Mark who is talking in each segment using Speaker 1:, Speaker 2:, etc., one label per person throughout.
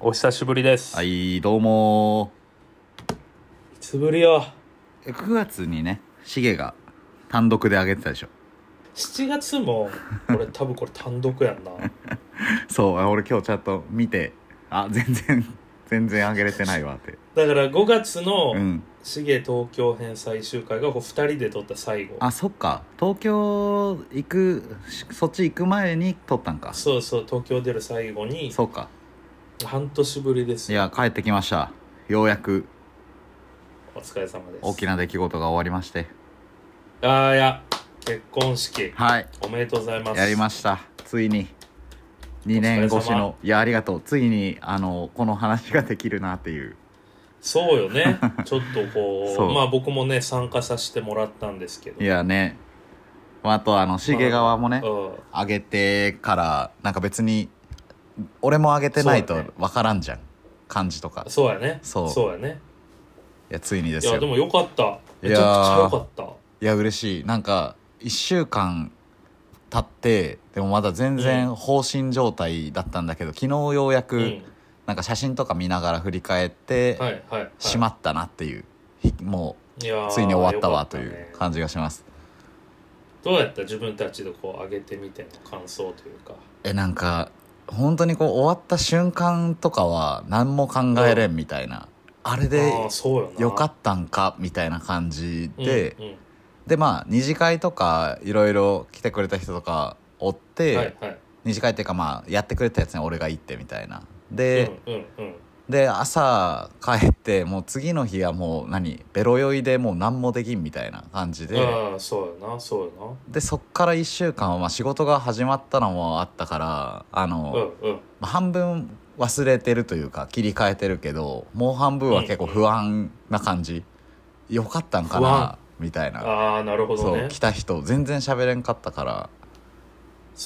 Speaker 1: お久しぶりです。
Speaker 2: は。いどうも
Speaker 1: つぶりよ。
Speaker 2: ーえ9月にねシゲが単独で上げてたでしょ
Speaker 1: 7月も、俺多分これ単独やんな。
Speaker 2: そうあ俺今日ちゃんと見てあ全然 全然上げれてないわって
Speaker 1: だから5月の
Speaker 2: う、ん
Speaker 1: しげ東京編最終回がこう2人で撮った最後。
Speaker 2: あそっか東京行くしそっち行く前に撮ったんか
Speaker 1: そうそう、東京出る最後に、
Speaker 2: そうか
Speaker 1: 半年ぶりです
Speaker 2: い
Speaker 1: よ。
Speaker 2: や帰ってきましたようやく
Speaker 1: お疲れ様です。
Speaker 2: 大きな出来事が終わりまして
Speaker 1: あーや、結婚式、
Speaker 2: はい
Speaker 1: おめでとうございます。
Speaker 2: やりましたついに2年越しのいやありがとうついにあのこの話ができるなっていう
Speaker 1: そうよ ね。ちょっとこう
Speaker 2: そう
Speaker 1: まあ僕もね、参加させてもらったんですけど。
Speaker 2: いやねまああとあのシゲ側もね
Speaker 1: うん。
Speaker 2: 上げてからなんか別に俺も上げてない
Speaker 1: そう
Speaker 2: と
Speaker 1: だね
Speaker 2: 分からんじゃん感じとかい
Speaker 1: そうやね。
Speaker 2: そう
Speaker 1: やね。
Speaker 2: やついにで
Speaker 1: い
Speaker 2: すよ
Speaker 1: や、でもよかった。めちゃくちゃよかった。
Speaker 2: いや嬉しいなんか1週間経ってでもまだ全然放心状態だったんだけど、昨日ようや
Speaker 1: う
Speaker 2: く
Speaker 1: ん。
Speaker 2: なんか写真とか見ながら振り返って、
Speaker 1: はいはい、はい、
Speaker 2: しまったなっていう、ひも
Speaker 1: いやー
Speaker 2: うついに終わった
Speaker 1: よ
Speaker 2: わ
Speaker 1: か
Speaker 2: とい
Speaker 1: ね
Speaker 2: う感じがします、
Speaker 1: どうやった自分たちでこう上げてみての感想というか
Speaker 2: えなんか本当にこう終わった瞬間とかは何も考えれんみたいな、あれで
Speaker 1: ああそうよな
Speaker 2: よかったんかみたいな感じ
Speaker 1: うん
Speaker 2: で、
Speaker 1: うん
Speaker 2: でまあ二次会とかいろいろ来てくれた人とかおって、
Speaker 1: はいはい
Speaker 2: 二次会っていうかまあやってくれたやつに俺が行ってみたいなで、
Speaker 1: うんうんうん
Speaker 2: で朝帰ってもう次の日はもう何ベロ酔いでもう何もできんみたいな感じで、
Speaker 1: ああそうよなそうよ
Speaker 2: でそっから1週間はまあ仕事が始まったのもあったから
Speaker 1: な
Speaker 2: あの、
Speaker 1: うんうん
Speaker 2: まあ半分忘れてるというか切り替えてるけどもう半分は結構不安な感じ、よかったんか
Speaker 1: 不
Speaker 2: な
Speaker 1: 安
Speaker 2: みたいな
Speaker 1: ああなるほど
Speaker 2: そう,、
Speaker 1: ね
Speaker 2: 来た人全然喋れんかったから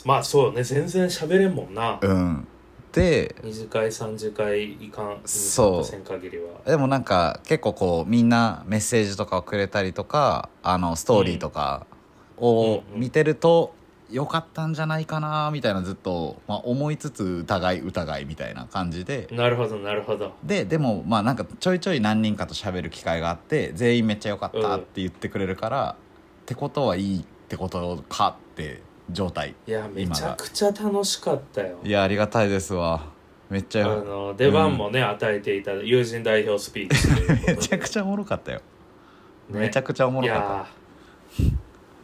Speaker 1: まあそうよね全然喋れんもんな、
Speaker 2: うんで
Speaker 1: 二次会三次会いかん
Speaker 2: そう
Speaker 1: 二次会せん限りは
Speaker 2: でもなんか結構こうみんなメッセージとかをくれたりとかあのストーリーとかを
Speaker 1: うんうん
Speaker 2: 見てると、よかったんじゃないかなみたいなずっと、まあ、思いつつ疑い疑いみたいな感じで、
Speaker 1: なるほどなるほど
Speaker 2: ででもまあなんかちょいちょい何人かと喋る機会があって全員めっちゃ良かったって言ってくれるから、ってことはいいってことかって状態
Speaker 1: いやめ
Speaker 2: 今が
Speaker 1: ちゃくちゃ楽しかったよ
Speaker 2: いやありがたいですわめっち
Speaker 1: あ
Speaker 2: ゃよ
Speaker 1: の出番もね、与えていた友人代表スピーチということで
Speaker 2: めちゃくちゃおもろかったよ、
Speaker 1: ね
Speaker 2: めちゃくちゃおも
Speaker 1: い
Speaker 2: ろかった
Speaker 1: やー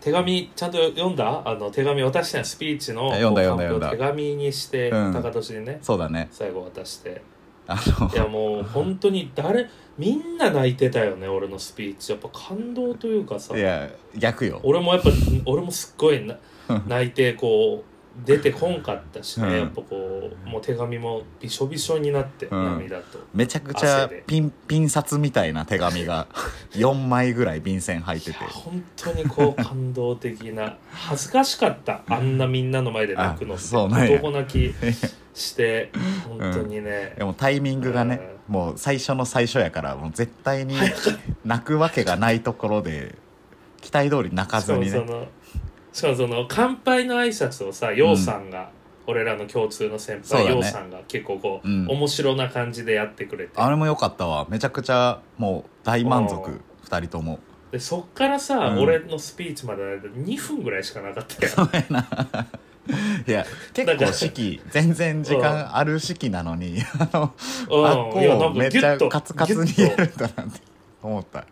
Speaker 1: 手紙ちゃんと読んだあの手紙渡したんやスピーチの
Speaker 2: 読んだ
Speaker 1: こう
Speaker 2: 読んだ
Speaker 1: カンペを
Speaker 2: 読んだ
Speaker 1: 手紙にして
Speaker 2: うん
Speaker 1: 高年にね
Speaker 2: そうだね
Speaker 1: 最後渡 して
Speaker 2: あ
Speaker 1: いやもう本当に誰みんな泣いてたよね俺のスピーチやっぱ感動というかさ
Speaker 2: のいや逆よ
Speaker 1: 俺もやっぱ俺もすっごいな泣いてこう出てこんかったしね、
Speaker 2: うん
Speaker 1: やっぱこうもう手紙もびしょびしょになって、
Speaker 2: うん
Speaker 1: 涙と
Speaker 2: めちゃくちゃ
Speaker 1: 汗で
Speaker 2: ピンピン札みたいな手 紙が4枚ぐらい便箋入ってて
Speaker 1: 本当にこう感動的な 恥ずかしかったあんなみんなの前で泣くの
Speaker 2: あそうなんや
Speaker 1: 男泣き して本当にね、
Speaker 2: でもタイミングがね、もう最初の最初やからもう絶対に泣くわけがないところで期待通り泣か
Speaker 1: し
Speaker 2: ず
Speaker 1: かも
Speaker 2: にね
Speaker 1: そのしかもその乾杯の挨拶をさようさんが、俺らの共通の先
Speaker 2: そう
Speaker 1: 輩
Speaker 2: だね
Speaker 1: ようさんが結構こう、
Speaker 2: うん
Speaker 1: 面白な感じでやってくれて
Speaker 2: あれも良かったわめちゃくちゃもう大
Speaker 1: う
Speaker 2: 満
Speaker 1: ん
Speaker 2: 足2人とも
Speaker 1: でそっからさ、
Speaker 2: うん
Speaker 1: 俺のスピーチまで2分ぐらいしかなかった よ
Speaker 2: いや結構式全然時間ある式なのにあの
Speaker 1: うん
Speaker 2: あっこ
Speaker 1: いやなんか
Speaker 2: めっ
Speaker 1: ギュ
Speaker 2: ちゃ
Speaker 1: ッと
Speaker 2: カツカツに
Speaker 1: ギュッ
Speaker 2: や
Speaker 1: と
Speaker 2: る んだなって思った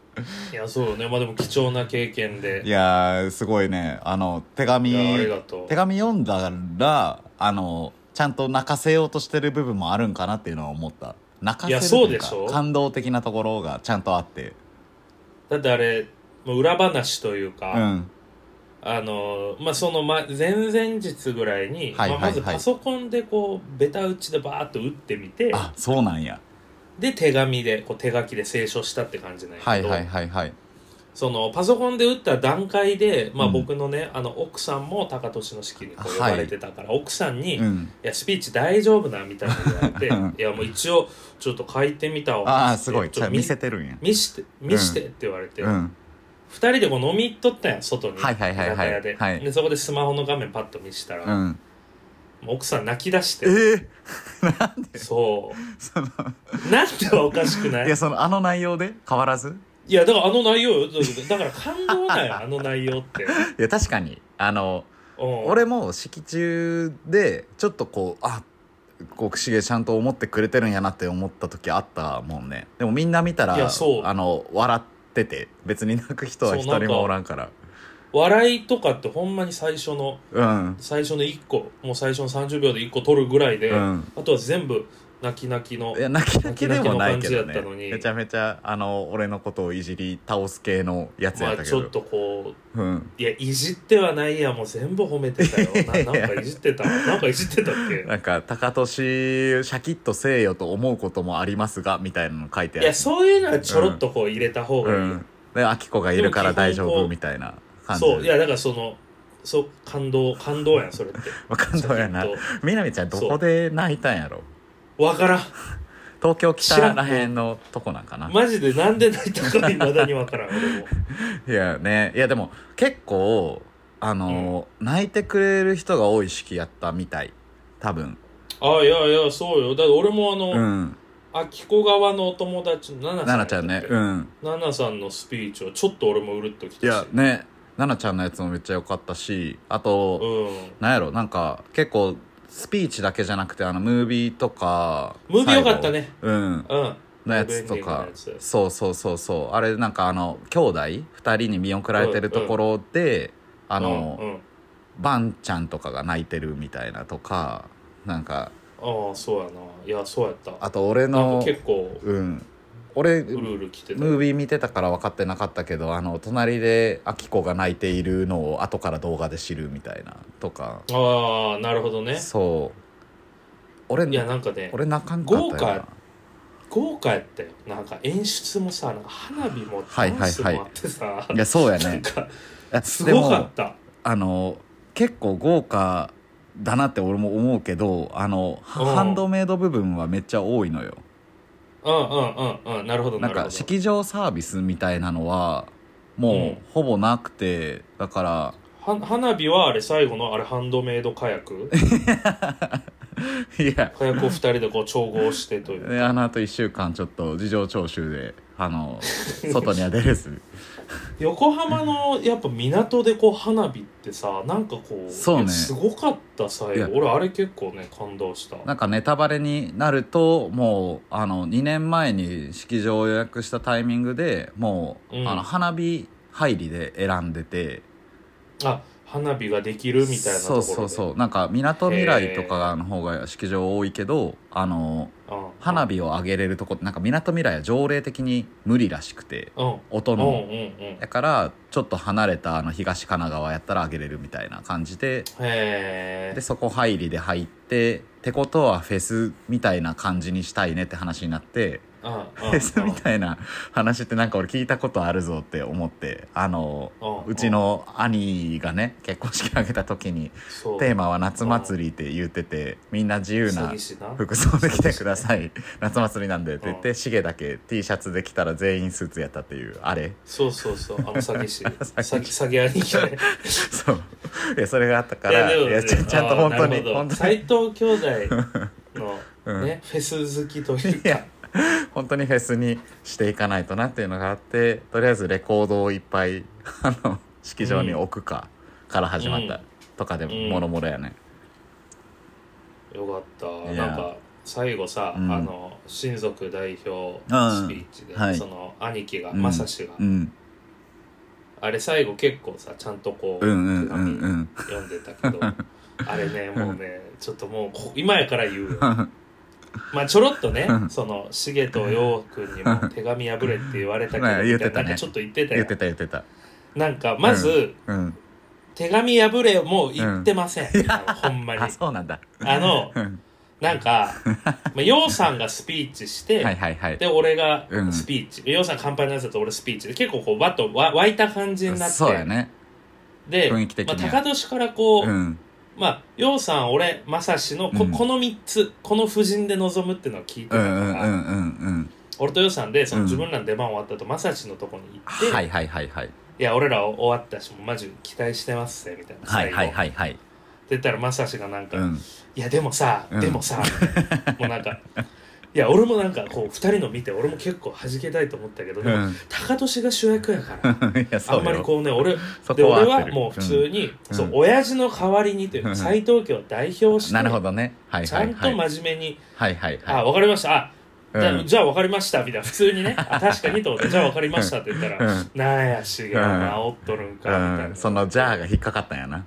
Speaker 1: いやそうよねまあでも貴重な経験で
Speaker 2: いやーすごいねあの手紙
Speaker 1: いやありがとう
Speaker 2: 手紙読んだらあのちゃんと泣かせようとしてる部分もあるんかなっていうのは思った泣かせると
Speaker 1: い
Speaker 2: い
Speaker 1: や
Speaker 2: う
Speaker 1: そ
Speaker 2: か
Speaker 1: うでしょ
Speaker 2: 感動的なところがちゃんとあって
Speaker 1: だってあれもう裏話というか、
Speaker 2: うん
Speaker 1: あのまあそのま前々日ぐらいに、
Speaker 2: はいはいはい
Speaker 1: まあまずパソコンでこうベタ打ちでバーッと打ってみて
Speaker 2: あそうなんや
Speaker 1: で手紙でこう手書きで清書したって感じなんや
Speaker 2: は
Speaker 1: け
Speaker 2: い
Speaker 1: ど、
Speaker 2: はいはいはい
Speaker 1: そのパソコンで打った段階で、まあ、
Speaker 2: うん
Speaker 1: 僕のね、あの奥さんも高俊の式にこう呼
Speaker 2: はい
Speaker 1: ばれてたから、奥さんに、
Speaker 2: う
Speaker 1: い
Speaker 2: ん
Speaker 1: やスピーチ大丈夫なみたいなの言われ ていやもう一応ちょっと書いてみたわ
Speaker 2: ああすごい
Speaker 1: ちょ
Speaker 2: じ
Speaker 1: っ
Speaker 2: ゃあ
Speaker 1: と
Speaker 2: 見せてるんや
Speaker 1: 見して見してって言われて、
Speaker 2: うん
Speaker 1: 二人でこう飲み行っとったんや外に
Speaker 2: はいはいはいはい
Speaker 1: 居酒屋で,、
Speaker 2: はい
Speaker 1: でそこでスマホの画面パッと見したら、
Speaker 2: うん
Speaker 1: もう奥さん泣き出し
Speaker 2: え
Speaker 1: て
Speaker 2: ー
Speaker 1: そ
Speaker 2: その
Speaker 1: うなんてはおかしくない
Speaker 2: いやそのあの内容で変わらず
Speaker 1: いやだからあの内容よだから感動だ よあの内容って、
Speaker 2: いや確かにあの
Speaker 1: うん、
Speaker 2: 俺も式中でちょっとこうあこうしげちゃんと思ってくれてるんやなって思った時あったもんねでもみんな見たら
Speaker 1: いやそう
Speaker 2: あの笑ってて別に泣く人は一人もおらんから
Speaker 1: 笑いとかってほんまに最初の
Speaker 2: うん
Speaker 1: 最初の1個もう最初の30秒で1個取るぐらいで、
Speaker 2: うん
Speaker 1: あとは全部泣き泣きの
Speaker 2: いや泣き泣きでもない
Speaker 1: 泣き泣きの感
Speaker 2: けど
Speaker 1: じやったの
Speaker 2: ね
Speaker 1: に
Speaker 2: めちゃめちゃあの俺のことをいじり倒す系のやつや
Speaker 1: ま
Speaker 2: っ
Speaker 1: あ
Speaker 2: たけ
Speaker 1: ち
Speaker 2: ど、
Speaker 1: ょっとこ
Speaker 2: うん
Speaker 1: ういやいじってはないやもう全部褒めてたよ ななんかいじってたなんかいじってたっけ
Speaker 2: なんか「高俊シャキッとせえよと思うこともありますが」みたいなの書いて
Speaker 1: い
Speaker 2: ある
Speaker 1: やそういうのはちょろっとこう入れた方がいい、
Speaker 2: うん、でアキコがいるから大丈夫みたいな感じ
Speaker 1: そういやだからそのそう感動感動やんそれって
Speaker 2: わかんないやな
Speaker 1: ちょっ
Speaker 2: みなみちゃんどこで泣いたんやろ
Speaker 1: とわからん
Speaker 2: 東京北らへんのとこなんかな、
Speaker 1: マジでなんで泣いたかい まだにわからん俺も
Speaker 2: いやねいやでも結構あの、泣いてくれる人が多い式やったみたい多分
Speaker 1: あいやいやそうよだって俺もあ
Speaker 2: う
Speaker 1: の、
Speaker 2: ん
Speaker 1: あきこ側のお友達の奈
Speaker 2: 奈
Speaker 1: 々
Speaker 2: 々ち
Speaker 1: さ
Speaker 2: ゃ
Speaker 1: ん
Speaker 2: ん
Speaker 1: やっ
Speaker 2: ね
Speaker 1: たっけ
Speaker 2: うん
Speaker 1: 奈々さんのスピーチをちょっと俺もうるっときたし
Speaker 2: いやね奈々ちゃんのやつもめっちゃ良かったしあと、
Speaker 1: うん
Speaker 2: なんやろなんか結構スピーチだけじゃなくてあのムービーとか
Speaker 1: ムービー良かったね
Speaker 2: 最後うん
Speaker 1: うん
Speaker 2: のやつとかそうそうそうそうあれなんかあの兄弟二人に見送られてるところで、あの、
Speaker 1: うんうん
Speaker 2: バンちゃんとかが泣いてるみたいなとかなんか
Speaker 1: ああそうやないやそうやった
Speaker 2: あと俺
Speaker 1: なん
Speaker 2: の
Speaker 1: か結構
Speaker 2: うん俺
Speaker 1: う
Speaker 2: ム
Speaker 1: るうる来てた
Speaker 2: ービー見てたから分かってなかったけどあの隣でアキコが泣いているのを後から動画で知るみたいなとか
Speaker 1: ああなるほどね
Speaker 2: そう俺
Speaker 1: いやなんかね
Speaker 2: 俺泣かんかった
Speaker 1: 豪
Speaker 2: よ
Speaker 1: 華豪華やったよなんか演出もさなんか花火も
Speaker 2: は
Speaker 1: ダ
Speaker 2: いはいはい
Speaker 1: ンスもあってさ、
Speaker 2: ないやそう や
Speaker 1: な
Speaker 2: ね
Speaker 1: んか
Speaker 2: いや
Speaker 1: す
Speaker 2: でも
Speaker 1: ごかった
Speaker 2: あの結構豪華だなって俺も思うけどあ
Speaker 1: う
Speaker 2: の
Speaker 1: ん
Speaker 2: ハンドメイド部分はめっちゃ多いのよ
Speaker 1: うんうんうんうんなるほど
Speaker 2: な
Speaker 1: なんるほ
Speaker 2: か
Speaker 1: ど
Speaker 2: 式場サービスみたいなのは
Speaker 1: うん
Speaker 2: もうほぼなくてだから
Speaker 1: は花火はあれ最後のあれハンドメイド火 薬
Speaker 2: いや
Speaker 1: 火薬を二人でこう調合してという
Speaker 2: であのあと1週間ちょっと事情聴取であ の外には出れず
Speaker 1: 横浜のやっぱ港でこう花火ってさなんかこう
Speaker 2: そうね
Speaker 1: いやすごかった最
Speaker 2: いや
Speaker 1: 後俺あれ結構ね感動した
Speaker 2: なんかネタバレになるともうあの2年前に式場を予約したタイミングでもう、
Speaker 1: うん
Speaker 2: あの花火入りで選んでて。
Speaker 1: あ花火ができるみたいなところで
Speaker 2: そうそうそうなんかみなとみらいとかの方が式場多いけどあの
Speaker 1: うん
Speaker 2: 花火を上げれるとこってなんかみなとみらいは条例的に無理らしくて
Speaker 1: うん
Speaker 2: 音
Speaker 1: うんうん
Speaker 2: の、
Speaker 1: うんへ
Speaker 2: だからちょっと離れたあの東神奈川やったら上げれるみたいな感じで
Speaker 1: え
Speaker 2: でそこ入りで入ってってことはフェスみたいな感じにしたいねって話になって
Speaker 1: うんうん
Speaker 2: フェスみたいな話ってなんか俺聞いたことあるぞって思ってあの
Speaker 1: うん
Speaker 2: うちの兄がね結婚式挙げた時に
Speaker 1: そう
Speaker 2: テーマは夏祭りって言っててみんな自由な
Speaker 1: 詐欺師な
Speaker 2: 服装で来てください 夏祭りなんでって言ってシゲだけ T シャツで来たら全員スーツやったっていうあれ
Speaker 1: そうそうそうあの詐欺師詐
Speaker 2: 欺
Speaker 1: 欺詐欺兄貴 ね
Speaker 2: そういやそれがあったからいやちゃんちゃんと本当に本当
Speaker 1: 斎
Speaker 2: に
Speaker 1: 藤兄弟
Speaker 2: う
Speaker 1: の
Speaker 2: ん
Speaker 1: ねフェス好きという
Speaker 2: い
Speaker 1: か
Speaker 2: や本当にフェスにしていかないとなっていうのがあってとりあえずレコードをいっぱい あの式場に置くかから始まったとかでも
Speaker 1: うん
Speaker 2: もろもろやね
Speaker 1: よかった
Speaker 2: いや
Speaker 1: なんか最後さあ
Speaker 2: うん
Speaker 1: の親族代表
Speaker 2: うん
Speaker 1: スピーチで
Speaker 2: はい
Speaker 1: その兄貴が
Speaker 2: うん
Speaker 1: 正志が
Speaker 2: うん
Speaker 1: あれ最後結構さちゃんとこう
Speaker 2: う
Speaker 1: 手
Speaker 2: んうんうんう
Speaker 1: 紙
Speaker 2: ん
Speaker 1: 読んでた けどあれねもうねちょっともうこ今やから 言うよまあちょろっとねその重と陽君にも手紙破れって言われたけど
Speaker 2: まあ
Speaker 1: み
Speaker 2: 言ったて
Speaker 1: いな
Speaker 2: たね
Speaker 1: なんかちょっと言ってた
Speaker 2: 言
Speaker 1: よ
Speaker 2: ってた言ってた
Speaker 1: なんかまず、
Speaker 2: うん
Speaker 1: 手紙破れも言ってません、あ のほんまに
Speaker 2: あそうなんだ
Speaker 1: あの
Speaker 2: うん
Speaker 1: なん かまあ陽さんがスピーチして、
Speaker 2: はいはいはい
Speaker 1: で俺が
Speaker 2: うん
Speaker 1: スピーチ、陽さん乾杯のやつだと俺スピーチで結構こうバッとわ湧いた感じになって
Speaker 2: そうやね
Speaker 1: で、
Speaker 2: 雰囲気的に
Speaker 1: まあ、
Speaker 2: は
Speaker 1: 高年からこう、
Speaker 2: うん
Speaker 1: まあ陽さん俺正志のこ,、
Speaker 2: うん
Speaker 1: この3つこの布陣で臨むっていうのを聞いて
Speaker 2: う
Speaker 1: た
Speaker 2: んう
Speaker 1: から、
Speaker 2: んうんうん
Speaker 1: 俺と陽さんでその
Speaker 2: うん
Speaker 1: 自分らの出番終わった後正志のとこに行っ
Speaker 2: う
Speaker 1: て、
Speaker 2: んはいはいはいはい
Speaker 1: いや俺ら終わったしもうマジ期待してますねみたいな
Speaker 2: はいはい
Speaker 1: い
Speaker 2: はいはい
Speaker 1: って言ったら正志がなんか、
Speaker 2: うん
Speaker 1: いやでもさ、
Speaker 2: うん
Speaker 1: でも さもうなんかいや俺もなんかこう2人の見て俺も結構弾けたいと思ったけど、でも
Speaker 2: うん
Speaker 1: 高俊が主役やから
Speaker 2: いや
Speaker 1: あ
Speaker 2: そ
Speaker 1: ん
Speaker 2: う
Speaker 1: まり
Speaker 2: よ
Speaker 1: こうね俺
Speaker 2: そ
Speaker 1: で
Speaker 2: こ
Speaker 1: 俺
Speaker 2: は合って
Speaker 1: は
Speaker 2: る
Speaker 1: もう普通に、
Speaker 2: うん
Speaker 1: そう親父の代わりにという
Speaker 2: う
Speaker 1: か
Speaker 2: ん
Speaker 1: 斎藤家を代表して
Speaker 2: なるほどねはい
Speaker 1: ち
Speaker 2: は
Speaker 1: ゃ
Speaker 2: い
Speaker 1: ん
Speaker 2: はい
Speaker 1: と真面目に
Speaker 2: はいはい
Speaker 1: 「
Speaker 2: はい
Speaker 1: あ分かりましたあじゃ
Speaker 2: う
Speaker 1: あ
Speaker 2: ん
Speaker 1: じゃあ分かりました」みたいな普通にね「あ確かに」と思って「じゃあ分かりました」って言ったら「
Speaker 2: うん
Speaker 1: なんやしげなおっとるんか」みたいな、
Speaker 2: うんそのじゃあが引っかかったんやな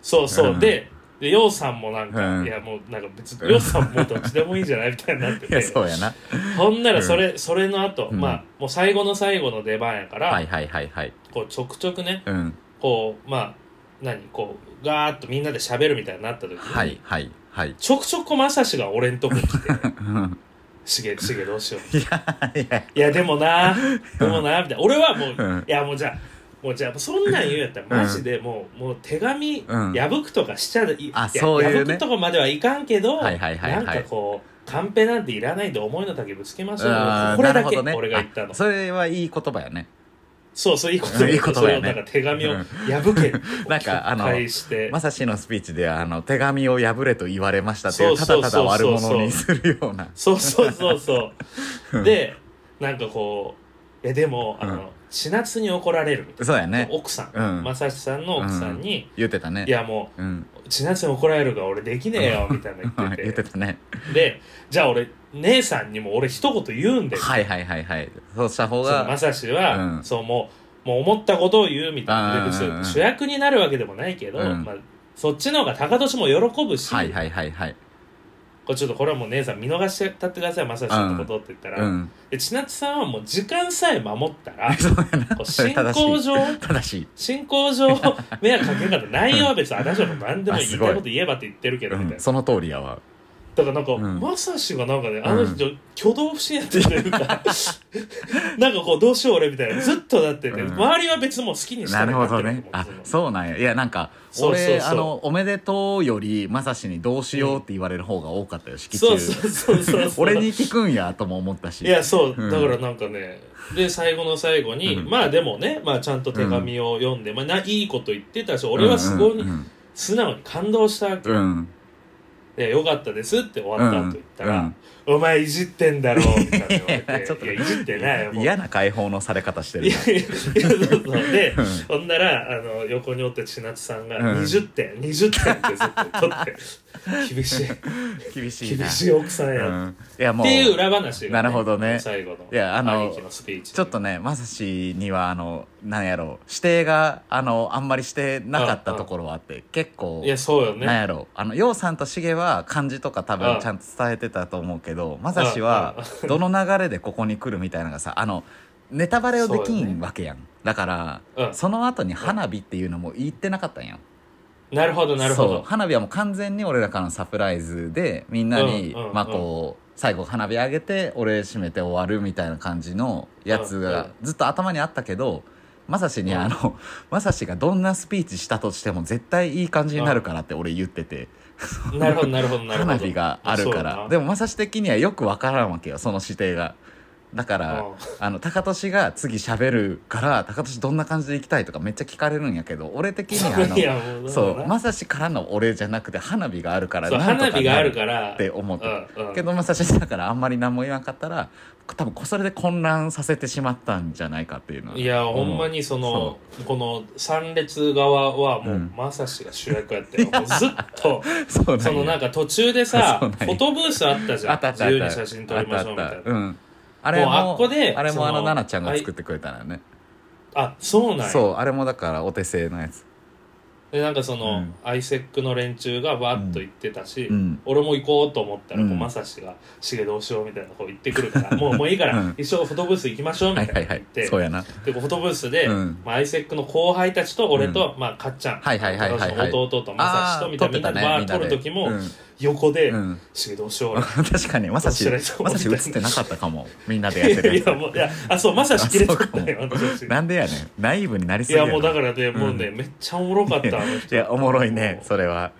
Speaker 1: そうそう、
Speaker 2: うん
Speaker 1: ででようさんもなんか、
Speaker 2: うん
Speaker 1: いやもうなんか別にようさんもうどっちでもいいんじゃないみたいになって
Speaker 2: いや
Speaker 1: て
Speaker 2: そうやな
Speaker 1: ほんならそれ、それの後、
Speaker 2: うん
Speaker 1: まあもう最後の最後の出番やから、
Speaker 2: はいはいはいはい
Speaker 1: こうちょくちょくね
Speaker 2: うん
Speaker 1: こうまあ何こうガーッとみんなで喋るみたいになった時に、
Speaker 2: はいはいはい
Speaker 1: ちょくちょくまさしが俺んとこ来 て
Speaker 2: うん
Speaker 1: 「しげしげどうしよう」
Speaker 2: いやいや
Speaker 1: いやでもなでもなみたいな俺はもう、
Speaker 2: うん
Speaker 1: いやもうじゃあもうじゃあそんなん言うんやったらマジでもう,、もう手紙
Speaker 2: うん
Speaker 1: 破くとかしちゃうい
Speaker 2: あ
Speaker 1: や
Speaker 2: そういう
Speaker 1: 破
Speaker 2: ね
Speaker 1: くとかまではいかんけど、
Speaker 2: はいはいはいはい
Speaker 1: なんかこうカンペなんていらないで思いの丈ぶつけましょうよ
Speaker 2: あー
Speaker 1: これ
Speaker 2: な
Speaker 1: だ
Speaker 2: るほ
Speaker 1: け、
Speaker 2: どね
Speaker 1: 俺が言ったの
Speaker 2: あそれはいい言葉やね
Speaker 1: そうそういいこと
Speaker 2: いいことだよ
Speaker 1: そ
Speaker 2: ね
Speaker 1: れをなんか手紙を
Speaker 2: うん
Speaker 1: 破けって
Speaker 2: なんかあの
Speaker 1: 返して
Speaker 2: まさしのスピーチではあの手紙を破れと言われましたっていう
Speaker 1: そ
Speaker 2: た
Speaker 1: うそ
Speaker 2: だ
Speaker 1: うそう
Speaker 2: た
Speaker 1: そ
Speaker 2: だ
Speaker 1: う
Speaker 2: 悪者にするような
Speaker 1: そうそうそうそう
Speaker 2: うん
Speaker 1: でなんかこういやでもあの、
Speaker 2: うん
Speaker 1: 千夏に怒られるみたい
Speaker 2: そうや
Speaker 1: な、
Speaker 2: ね
Speaker 1: 奥さん
Speaker 2: うん
Speaker 1: 正志さんの奥さんに、
Speaker 2: 言ってたね
Speaker 1: いやもう
Speaker 2: うん
Speaker 1: 千夏に怒られるから俺できねえよ みたいな の言って
Speaker 2: 言って
Speaker 1: て
Speaker 2: たね
Speaker 1: でじゃあ俺姉さんにも俺一言言うんだよ、
Speaker 2: はいはいはいはいそうした方
Speaker 1: そのま
Speaker 2: が
Speaker 1: さしは、
Speaker 2: うん
Speaker 1: そうもうもう思ったことを言うみたいな
Speaker 2: あー
Speaker 1: で別
Speaker 2: うんう
Speaker 1: に
Speaker 2: ん
Speaker 1: 主役になるわけでもないけど、
Speaker 2: うん
Speaker 1: まあ、そっちの方が高俊も喜ぶし、
Speaker 2: はいはいはいはい
Speaker 1: これちょっとこれはもう姉さん見逃してたってくださいまさしのことって言ったら、
Speaker 2: うん
Speaker 1: で千夏さんはもう時間さえ守ったら
Speaker 2: そうやな
Speaker 1: こう
Speaker 2: それ
Speaker 1: 進
Speaker 2: 正しい
Speaker 1: 行上
Speaker 2: 正しい
Speaker 1: 進行上迷惑かけなかった内容は別に私はもう何 でも言いたいこと言えばって言ってるけど
Speaker 2: う
Speaker 1: みたい
Speaker 2: ん
Speaker 1: な。
Speaker 2: その通りやわ
Speaker 1: だからなんか、
Speaker 2: うん
Speaker 1: まさしがなんかね、あの人、挙動不審やってるという か、なんかこう、どうしよう俺みたいな、ずっとだってて、
Speaker 2: うん
Speaker 1: 周りは別にもう好きにした
Speaker 2: なるほどね
Speaker 1: あ
Speaker 2: あ、そうなんやいやなんか
Speaker 1: そうそうそう
Speaker 2: 俺あのおめでとうよりまさしにどうしようって言われる方が多かったよ式中
Speaker 1: そうそうそうそうそう。
Speaker 2: 俺に聞くんやとも思ったし
Speaker 1: いや、そう、
Speaker 2: うん
Speaker 1: だからなんかね、で、最後の最後に、
Speaker 2: うん
Speaker 1: まあでもね、まあちゃんと手紙を読んで、まあないいこと言ってたし、俺はすごい
Speaker 2: うん
Speaker 1: 素直に感動したわけ。
Speaker 2: うん
Speaker 1: で、よかったですって終わった後言ったら、
Speaker 2: うん
Speaker 1: お前いじってんだろ、みたいな言われて
Speaker 2: いやちょっと
Speaker 1: いや、いじってないよ、もう
Speaker 2: 嫌な解放のされ方してる
Speaker 1: い
Speaker 2: な
Speaker 1: やいやいやそうそうで
Speaker 2: うん
Speaker 1: ほんならあの横におった千夏さんが
Speaker 2: うん
Speaker 1: 20点、20点ってずっと取って厳し
Speaker 2: 厳し
Speaker 1: い
Speaker 2: いな
Speaker 1: 厳しい奥さんや、っ
Speaker 2: うんいやもう
Speaker 1: ていう裏話が、
Speaker 2: なるほどね
Speaker 1: 最後の
Speaker 2: いやあの
Speaker 1: 兄貴のスピーチ
Speaker 2: ちょっとねまさしにはあのなんやろう指定があのあんまりしてなかったところはあって結構
Speaker 1: いやそうよ
Speaker 2: なん
Speaker 1: ね
Speaker 2: やろうあのようさんとしげは漢字とか
Speaker 1: う
Speaker 2: 多
Speaker 1: ん
Speaker 2: 分ちゃんと伝えてたと思うけどまさしはどの流れでここに来るみたいなのがさあのネタバレをでき
Speaker 1: そうよ
Speaker 2: ん
Speaker 1: ね
Speaker 2: わけやん、だから、
Speaker 1: うん
Speaker 2: その後に花火っていうのも言ってなかったんやん
Speaker 1: なるほどなるほ
Speaker 2: そう
Speaker 1: ど
Speaker 2: 花火はもう完全に俺らからのサプライズでみんなに、
Speaker 1: うんうん
Speaker 2: まあこう最後花火上げて俺締めて終わるみたいな感じのやつ
Speaker 1: うんうん
Speaker 2: がずっと頭にあったけどまさし
Speaker 1: う
Speaker 2: に
Speaker 1: ん
Speaker 2: あの まさしがどんなスピーチしたとしても絶対いい感じになるからって俺言ってて
Speaker 1: なるほどなるほどなるほど
Speaker 2: 花火があるからで
Speaker 1: も
Speaker 2: もまさし的にはよくわからんわけよその指定が。だから、あの高俊が次喋るから高俊どんな感じで行きたいとかめっちゃ聞かれるんやけど俺的にはあの
Speaker 1: いやもう
Speaker 2: そ
Speaker 1: だ
Speaker 2: う
Speaker 1: から
Speaker 2: まさしからの俺じゃなくて花火があるから
Speaker 1: そう
Speaker 2: なんとか
Speaker 1: 花火がある
Speaker 2: ら
Speaker 1: から
Speaker 2: って思ってた
Speaker 1: うんうん
Speaker 2: けどまさしだからあんまり何も言わなかったら多分それで混乱させてしまったんじゃないかっていうのはい
Speaker 1: やほんまにそのこの三列側はもう、
Speaker 2: うん
Speaker 1: まさしが主役やったよもうずっと
Speaker 2: そう
Speaker 1: そのなん
Speaker 2: か
Speaker 1: か途中でさ、フ
Speaker 2: そうなんや
Speaker 1: ォトブースあったじゃ
Speaker 2: あ
Speaker 1: ん
Speaker 2: っ。たあった
Speaker 1: 自
Speaker 2: あっ
Speaker 1: 由
Speaker 2: た
Speaker 1: に写真撮りましょうみたい
Speaker 2: あ
Speaker 1: な
Speaker 2: っ。たあったうんあれも
Speaker 1: もうあっこで
Speaker 2: あれもあ
Speaker 1: そ
Speaker 2: の
Speaker 1: の
Speaker 2: 奈々ちゃんが作ってくれたのよね
Speaker 1: あ、そうなんや。
Speaker 2: そうあれもだからお手製のやつ
Speaker 1: で、なんかその、
Speaker 2: うん
Speaker 1: アイセックの連中がわーっと行ってたし、
Speaker 2: うん
Speaker 1: 俺も行こうと思ったら、こう
Speaker 2: うん
Speaker 1: まさしが、しげどうしようみたいな、こう言ってくるから、 もう、もういいから、
Speaker 2: うん
Speaker 1: 一緒フォトブース行きましょうみ
Speaker 2: は
Speaker 1: た
Speaker 2: い
Speaker 1: いな
Speaker 2: は
Speaker 1: の
Speaker 2: いは
Speaker 1: 言っ
Speaker 2: い
Speaker 1: て、
Speaker 2: そうやな
Speaker 1: で、こうフォトブースで、
Speaker 2: うん
Speaker 1: まあ、アイセックの後輩たちと、俺と、まあ、かっちゃん、
Speaker 2: はいはいはいはいはい
Speaker 1: 私の弟とまさしと、みたいな、みんなで
Speaker 2: あ
Speaker 1: バー
Speaker 2: ー
Speaker 1: 撮る時も、
Speaker 2: うん
Speaker 1: 横で、
Speaker 2: うん
Speaker 1: しげどうしよう 俺
Speaker 2: 確かにまさし
Speaker 1: どうしたらいいと思
Speaker 2: ま
Speaker 1: った
Speaker 2: さし映ってなかったかもみんなでやってる
Speaker 1: い
Speaker 2: やつ
Speaker 1: や、もう、いや、あ、そう、まさし切れとったよ、
Speaker 2: あ
Speaker 1: 私
Speaker 2: なんでやねんナイーブになりす
Speaker 1: い
Speaker 2: ぎ
Speaker 1: や
Speaker 2: や
Speaker 1: も
Speaker 2: ろ
Speaker 1: うだからね、もうねめっちゃおもろかったあの
Speaker 2: い
Speaker 1: 人
Speaker 2: やおもろいねそれは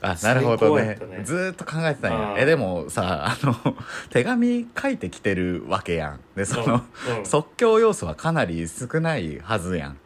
Speaker 2: あなるほ
Speaker 1: 最
Speaker 2: ど
Speaker 1: 高やっ
Speaker 2: ね
Speaker 1: たね
Speaker 2: ずーっと考えてたん
Speaker 1: あ
Speaker 2: や
Speaker 1: ー
Speaker 2: えでもさあの 手紙書いてきてるわけやんでその、
Speaker 1: うんうんそ
Speaker 2: 即興要素はかなり少ないはずやん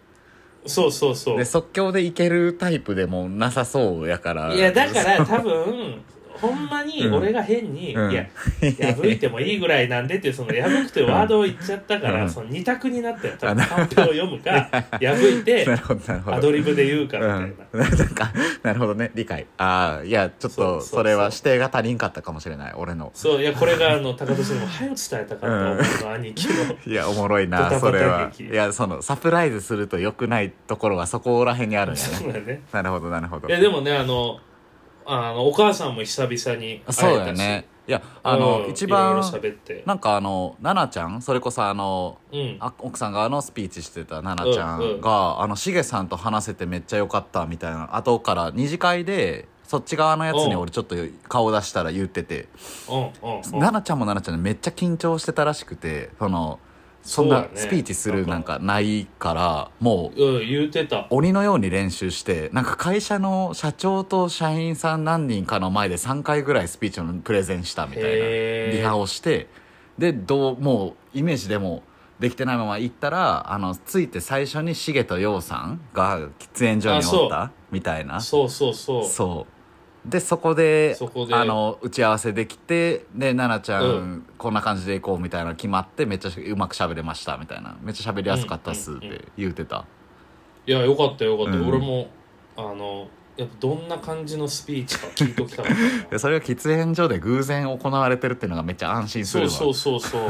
Speaker 1: うそうそう
Speaker 2: で即興でいけるタイプでもなさそうやから
Speaker 1: いやだから多分ほんまに俺が変に、
Speaker 2: うん
Speaker 1: い や破いてもいいぐらいなんでっていうその破くというワードを言っちゃったから、
Speaker 2: うん
Speaker 1: その二択になったよ
Speaker 2: あ
Speaker 1: 多分
Speaker 2: な
Speaker 1: カンペを読むか 破いて
Speaker 2: なるほどなるほど
Speaker 1: アドリブで言うかみたいな、
Speaker 2: うん、なん かなるほどね理解ああいやちょ
Speaker 1: そう
Speaker 2: っ
Speaker 1: そう
Speaker 2: と
Speaker 1: そう
Speaker 2: それは指定が足りんかったかもしれない俺の
Speaker 1: そういやこれがあの高田さんにも早く伝えたかった、俺の兄貴の
Speaker 2: いやおもろい
Speaker 1: ドタバ
Speaker 2: な
Speaker 1: タ
Speaker 2: それは
Speaker 1: 劇
Speaker 2: いやそのサプライズすると良くないところはそこら辺にあるん や
Speaker 1: そ
Speaker 2: ね
Speaker 1: うだね
Speaker 2: なるほどなるほど
Speaker 1: いやでもねあのあのお母さんも久々に会えたし
Speaker 2: そうだよねいやあの、
Speaker 1: うん
Speaker 2: 一
Speaker 1: いろいろ
Speaker 2: 番
Speaker 1: 喋って
Speaker 2: なんかあの奈々ちゃんそれこそあの
Speaker 1: うん
Speaker 2: あ奥さん側のスピーチしてた奈々ちゃんが、
Speaker 1: うんうん
Speaker 2: あのしげさんと話せてめっちゃ良かったみたいな後から二次会でそっち側のやつに俺ちょっと顔出したら言ってて
Speaker 1: うんうんうん
Speaker 2: 奈々ちゃんも奈々ちゃんでめっちゃ緊張してたらしくてそのそん
Speaker 1: そう
Speaker 2: な
Speaker 1: だね
Speaker 2: スピーチするなんかないからもう
Speaker 1: うん言うてた
Speaker 2: 鬼のように練習してなんか会社の社長と社員さん何人かの前で3回ぐらいスピーチのプレゼンしたみたいな
Speaker 1: へー
Speaker 2: リハをしてでどうもうイメージでもできてないまま行ったらあのついて最初にしげとようさんが喫煙所におっ
Speaker 1: あ
Speaker 2: たみたいな
Speaker 1: そうそうそう
Speaker 2: そうでそこで
Speaker 1: そこで
Speaker 2: あの打ち合わせできてで奈々ちゃん、
Speaker 1: う
Speaker 2: こんな感じで行こうみたいなの決まってめっちゃうまく喋れましたみたいなめっちゃ喋りやすかったっすっ
Speaker 1: うんうんうん
Speaker 2: て言うてた、
Speaker 1: いやよかったよよかった、
Speaker 2: うん
Speaker 1: 俺もあのやっぱどんな感じのスピーチか聞いときたかった
Speaker 2: で
Speaker 1: な
Speaker 2: それが喫煙所で偶然行われてるっていうのがめっちゃ安心 す
Speaker 1: そ
Speaker 2: る
Speaker 1: う
Speaker 2: わ
Speaker 1: そうそう そう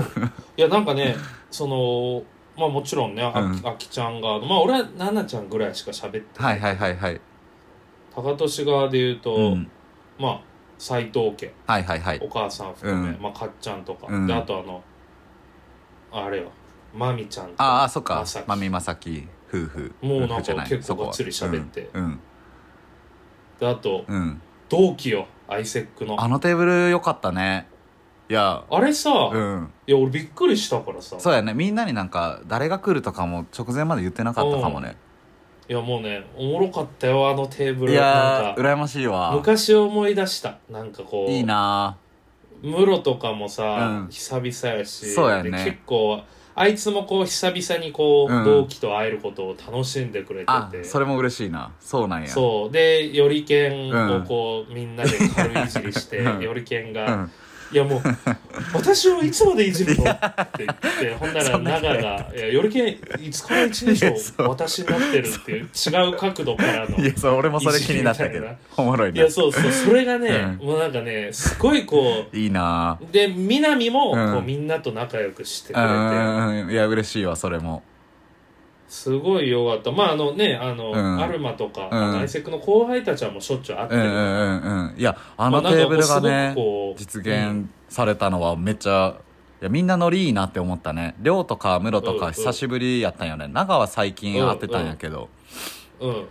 Speaker 1: いやなんかねそのまあもちろんねあ,、
Speaker 2: うん
Speaker 1: あきちゃんがまあ俺はななちゃんぐらいしか喋って
Speaker 2: はいはいはいはい、
Speaker 1: 高俊側で言うと、
Speaker 2: うん、
Speaker 1: まあ斎藤家
Speaker 2: はいはいはい
Speaker 1: お母さん含め、
Speaker 2: うん
Speaker 1: まあかっちゃんとか、
Speaker 2: うん
Speaker 1: であとあのあれよまみちゃんと
Speaker 2: ああそっか
Speaker 1: まさき
Speaker 2: まみまさき夫婦
Speaker 1: もうなんか
Speaker 2: 夫婦じゃい
Speaker 1: 結構
Speaker 2: そこは
Speaker 1: がっつり喋って
Speaker 2: うん
Speaker 1: であと
Speaker 2: うん、うん
Speaker 1: 同期よアイセックの
Speaker 2: あのテーブル良かったねいや
Speaker 1: あれさ、
Speaker 2: うん
Speaker 1: いや俺びっくりしたからさ
Speaker 2: そうやねみんなになんか誰が来るとかも直前まで言ってなかったかもね、
Speaker 1: いやもうねおもろかったよあのテーブル
Speaker 2: い
Speaker 1: な
Speaker 2: や
Speaker 1: んか
Speaker 2: ー羨ましいわ
Speaker 1: 昔を思い出したなんかこう
Speaker 2: いいな
Speaker 1: ムロとかもさ、
Speaker 2: うん
Speaker 1: 久々やし
Speaker 2: そうやね
Speaker 1: で結構あいつもこう久々にこう、
Speaker 2: うん
Speaker 1: 同期と会えることを楽しんでくれて
Speaker 2: あ
Speaker 1: て
Speaker 2: それも嬉しいなそうなんや
Speaker 1: そうでよりけん
Speaker 2: う
Speaker 1: を
Speaker 2: ん
Speaker 1: こう、みんなで軽いいじりして、
Speaker 2: うん
Speaker 1: よりけん
Speaker 2: う
Speaker 1: が、
Speaker 2: ん、
Speaker 1: いやもう私をいつまでいじるのって言ってほんな
Speaker 2: そ
Speaker 1: ら
Speaker 2: んな
Speaker 1: 長
Speaker 2: 人や
Speaker 1: が「いやよりけんいつから一人
Speaker 2: いや そ
Speaker 1: 称
Speaker 2: う
Speaker 1: 私になってる」っていう違う角度からの
Speaker 2: いやそう俺もそれ気になったけ
Speaker 1: いじりみ
Speaker 2: ど
Speaker 1: たい
Speaker 2: おもろい
Speaker 1: い
Speaker 2: ね
Speaker 1: やそうそうそれがね、
Speaker 2: う
Speaker 1: もうなんかねすごいこ
Speaker 2: いいな
Speaker 1: うで南もこう、
Speaker 2: うん
Speaker 1: みんなと仲良くしてくれて、
Speaker 2: うんいや嬉しいわそれも
Speaker 1: すごいよかったまああのねあの、
Speaker 2: うん
Speaker 1: アルマとか、
Speaker 2: うん
Speaker 1: あのアイセックの後輩たちはもうしょっちゅう会って
Speaker 2: うん
Speaker 1: る、
Speaker 2: うんうんうんいやあの
Speaker 1: ま
Speaker 2: テ
Speaker 1: あなんかこ
Speaker 2: ーブ
Speaker 1: う
Speaker 2: ルが
Speaker 1: す
Speaker 2: ね
Speaker 1: ごくこう
Speaker 2: 実現されたのはめっちゃいやみんなノリいいなって思ったね亮とか室と
Speaker 1: うんう
Speaker 2: か
Speaker 1: ん
Speaker 2: 久しぶりやったんよね長は最近会ってたんやけど
Speaker 1: うんうんうん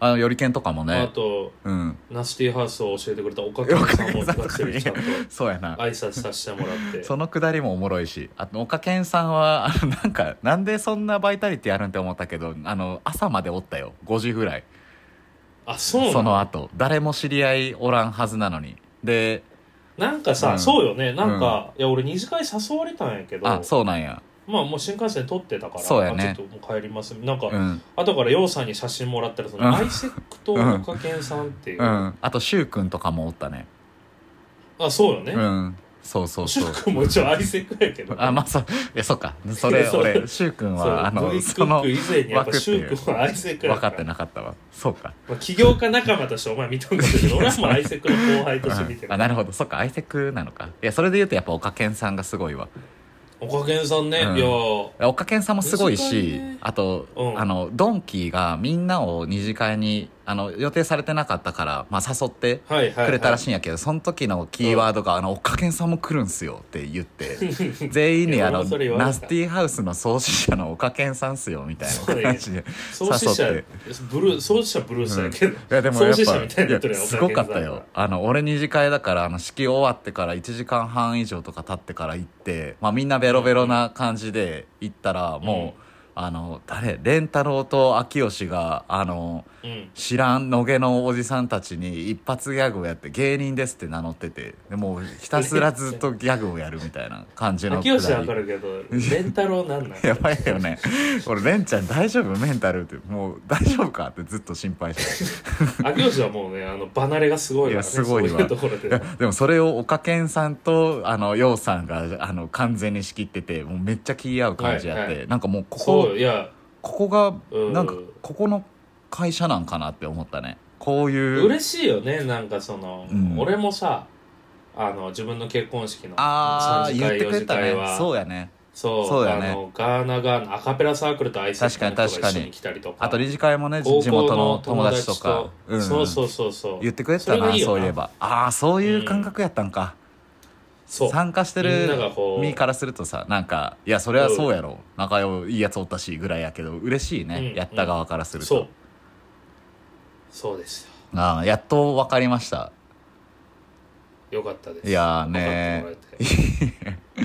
Speaker 2: あのよりけんとかも
Speaker 1: あ
Speaker 2: ね
Speaker 1: と
Speaker 2: うん
Speaker 1: ナスティハウスを教えてくれたおかけさんも
Speaker 2: 岡
Speaker 1: がっ
Speaker 2: 健さ
Speaker 1: つ
Speaker 2: ん
Speaker 1: りちゃんと
Speaker 2: そうやな
Speaker 1: 挨拶させてもらって
Speaker 2: そのくだりもおもろいしあと岡健さんは あのなんかなんでそんなバイタリティあるんって思ったけどあの朝までおったよ5時ぐらい
Speaker 1: あそうな
Speaker 2: その
Speaker 1: の
Speaker 2: 後誰も知り合いおらんはずなのにで
Speaker 1: なんかさ、
Speaker 2: うん
Speaker 1: そうよねなんか、いや俺二次会誘われたんやけど
Speaker 2: あそうなんや
Speaker 1: まあもう新幹線撮ってたから
Speaker 2: そうやね
Speaker 1: あちょっともう帰りますなんか、
Speaker 2: うん
Speaker 1: 後からようさんに写真もらったらその、
Speaker 2: うん
Speaker 1: アイセックと岡健さんっていう、
Speaker 2: うんあと柊君とかもおったね
Speaker 1: あそうよね、
Speaker 2: うんそうそう
Speaker 1: シ
Speaker 2: そ
Speaker 1: ュ
Speaker 2: う
Speaker 1: ウ君も一応アイセックやけどね、
Speaker 2: あまあそういやそうかそ れ
Speaker 1: そう
Speaker 2: 俺柊君
Speaker 1: そう
Speaker 2: はあの
Speaker 1: V ク
Speaker 2: その
Speaker 1: ック以前にやっぱ
Speaker 2: 枠って
Speaker 1: シ
Speaker 2: いう
Speaker 1: ュウ君は愛せくや
Speaker 2: 分
Speaker 1: ら
Speaker 2: かってなかったわそうか
Speaker 1: まあ、起業家仲間としてお前見とんかったけど俺はもう愛せくの後輩として見て
Speaker 2: うんあ
Speaker 1: る
Speaker 2: なるほどそっか相手クなのかいやそれで言うとやっぱ岡健さんがすごいわ
Speaker 1: おかげんさんね、
Speaker 2: うん
Speaker 1: いやー
Speaker 2: 岡健さんもすごい
Speaker 1: 二次
Speaker 2: し
Speaker 1: 会ね
Speaker 2: あと、
Speaker 1: うん
Speaker 2: あのドンキーがみんなを二次会にあの予定されてなかったから、まあ、誘って
Speaker 1: はいはい、はい、
Speaker 2: くれたらしいんやけど、その時のキーワードが「あの岡健さんも来るんすよ」って言って 全員
Speaker 1: い
Speaker 2: に「
Speaker 1: や
Speaker 2: あの
Speaker 1: 俺もそれ言われた
Speaker 2: ナスティハウスの創始者の岡健さんっすよ」みたい
Speaker 1: そうや
Speaker 2: な感
Speaker 1: ね
Speaker 2: じで
Speaker 1: 創始者
Speaker 2: 誘って
Speaker 1: ブルー創始者ブルースやけど、
Speaker 2: いやでもやっ
Speaker 1: 創始
Speaker 2: ぱ
Speaker 1: 者みたいになってる
Speaker 2: い
Speaker 1: やん
Speaker 2: やすごかっ
Speaker 1: 岡健
Speaker 2: た
Speaker 1: さん
Speaker 2: よ
Speaker 1: が
Speaker 2: あの俺二次会だからあの式終わってから1時間半以上とか経ってから行って、まあ、みんなベロベロな感じで行ったらもう、あの誰蓮太郎と秋吉があの
Speaker 1: うん
Speaker 2: 知らん野毛のおじさんたちに一発ギャグをやって芸人ですって名乗っててでもうひたすらずっとギャグをやるみたいな感じ の
Speaker 1: 秋吉はわかるけどレンタロウなんなん
Speaker 2: やばいよね俺レンちゃん大丈夫メンタルってもう大丈夫かってずっと心配してる
Speaker 1: 秋吉はもうねあの離れがすごいから、ね、
Speaker 2: いやすごいわ
Speaker 1: そういうところで
Speaker 2: いやでもそれを岡健さんとあの陽さんがあの完全に仕切っててもうめっちゃ気合う感じやって、
Speaker 1: はいは
Speaker 2: なんかもうこ
Speaker 1: そ
Speaker 2: こ
Speaker 1: ういや
Speaker 2: ここが
Speaker 1: うん
Speaker 2: なんかここの会社なんかなって思ったねこういう
Speaker 1: 嬉しいよねなんかその、
Speaker 2: うん
Speaker 1: 俺もさあの自分の結婚式の
Speaker 2: ああ
Speaker 1: 3次
Speaker 2: 言っ
Speaker 1: 会
Speaker 2: てく
Speaker 1: 4
Speaker 2: れ
Speaker 1: 次
Speaker 2: た
Speaker 1: 会
Speaker 2: ね
Speaker 1: は
Speaker 2: そうやね
Speaker 1: そう
Speaker 2: そうだよね
Speaker 1: あのガーナガーナアカペラサークルとアイス
Speaker 2: 確かに確かに
Speaker 1: 一緒に来たりとか
Speaker 2: あと理事会もね
Speaker 1: 高
Speaker 2: 地
Speaker 1: 校
Speaker 2: 元の
Speaker 1: の
Speaker 2: 友
Speaker 1: 友
Speaker 2: 達
Speaker 1: 達
Speaker 2: と
Speaker 1: と
Speaker 2: か
Speaker 1: か、
Speaker 2: ん
Speaker 1: そうそうそうそう
Speaker 2: 言ってくれてたな
Speaker 1: れがいいよ
Speaker 2: そういえばああそういう感覚やったんか、
Speaker 1: そう
Speaker 2: 参加して
Speaker 1: みん
Speaker 2: る
Speaker 1: ながこう
Speaker 2: 身からするとさなんかいやそれはそうやろ、仲良いいやつおったしぐらいやけど嬉しいね、
Speaker 1: うん
Speaker 2: やった側からする
Speaker 1: そう
Speaker 2: と
Speaker 1: そうですよ
Speaker 2: ああやっと分かりました
Speaker 1: よかったです
Speaker 2: いやーねー
Speaker 1: 分かってもらえて
Speaker 2: い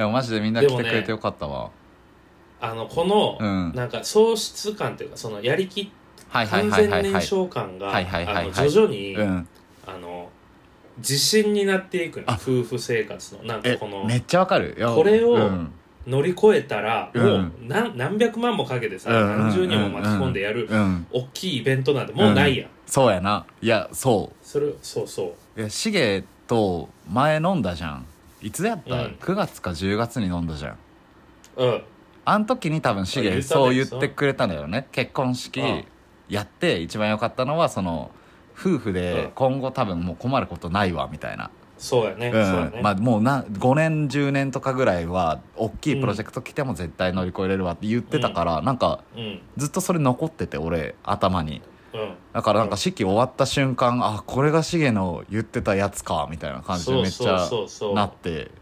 Speaker 2: やマジでみんな来
Speaker 1: で
Speaker 2: て
Speaker 1: も
Speaker 2: く
Speaker 1: ね
Speaker 2: れてよかったわ、
Speaker 1: あのこの、
Speaker 2: うん
Speaker 1: なんか喪失感というかそのやりきっ
Speaker 2: はいはい
Speaker 1: 完
Speaker 2: はい
Speaker 1: 全
Speaker 2: はい
Speaker 1: 燃
Speaker 2: はい
Speaker 1: 焼感が
Speaker 2: はいはいはいはい
Speaker 1: あの徐々に、
Speaker 2: うん、
Speaker 1: あの自信になっていくの
Speaker 2: あ
Speaker 1: 夫婦生活のなんか
Speaker 2: え
Speaker 1: この
Speaker 2: めっちゃわかるいや
Speaker 1: これを
Speaker 2: うん
Speaker 1: 乗り越えたら、
Speaker 2: うん
Speaker 1: もう何何百万もかけてさ、
Speaker 2: うん
Speaker 1: 何十人も巻き込んでやる、
Speaker 2: うん
Speaker 1: 大きいイベントなんてもうないやん、
Speaker 2: そうやないやそ
Speaker 1: それそうそう
Speaker 2: ういやシゲと前飲んだじゃんいつやった、
Speaker 1: うん
Speaker 2: 9月か10月に飲んだじゃん
Speaker 1: うん
Speaker 2: あん時に多分シ
Speaker 1: あ言
Speaker 2: ゲ
Speaker 1: ったね
Speaker 2: そう言ってくれたんだよね結婚式
Speaker 1: うん
Speaker 2: やって一番良かったのはその夫婦
Speaker 1: う
Speaker 2: で
Speaker 1: ん
Speaker 2: 今後多分もう困ることないわみたいな、
Speaker 1: そうやね、
Speaker 2: うん
Speaker 1: そうやね、
Speaker 2: まあ、もうな5年10年とかぐらいは大きいプロジェクト来ても絶対乗り越えれるわって言ってたから、なんか
Speaker 1: うん
Speaker 2: ずっとそれ残ってて俺頭に
Speaker 1: うん
Speaker 2: だからなんか式終わった瞬間あこれがシゲの言ってたやつかみたいな感じで
Speaker 1: そ
Speaker 2: め
Speaker 1: う
Speaker 2: っち
Speaker 1: そう
Speaker 2: ゃ
Speaker 1: そうそう
Speaker 2: なって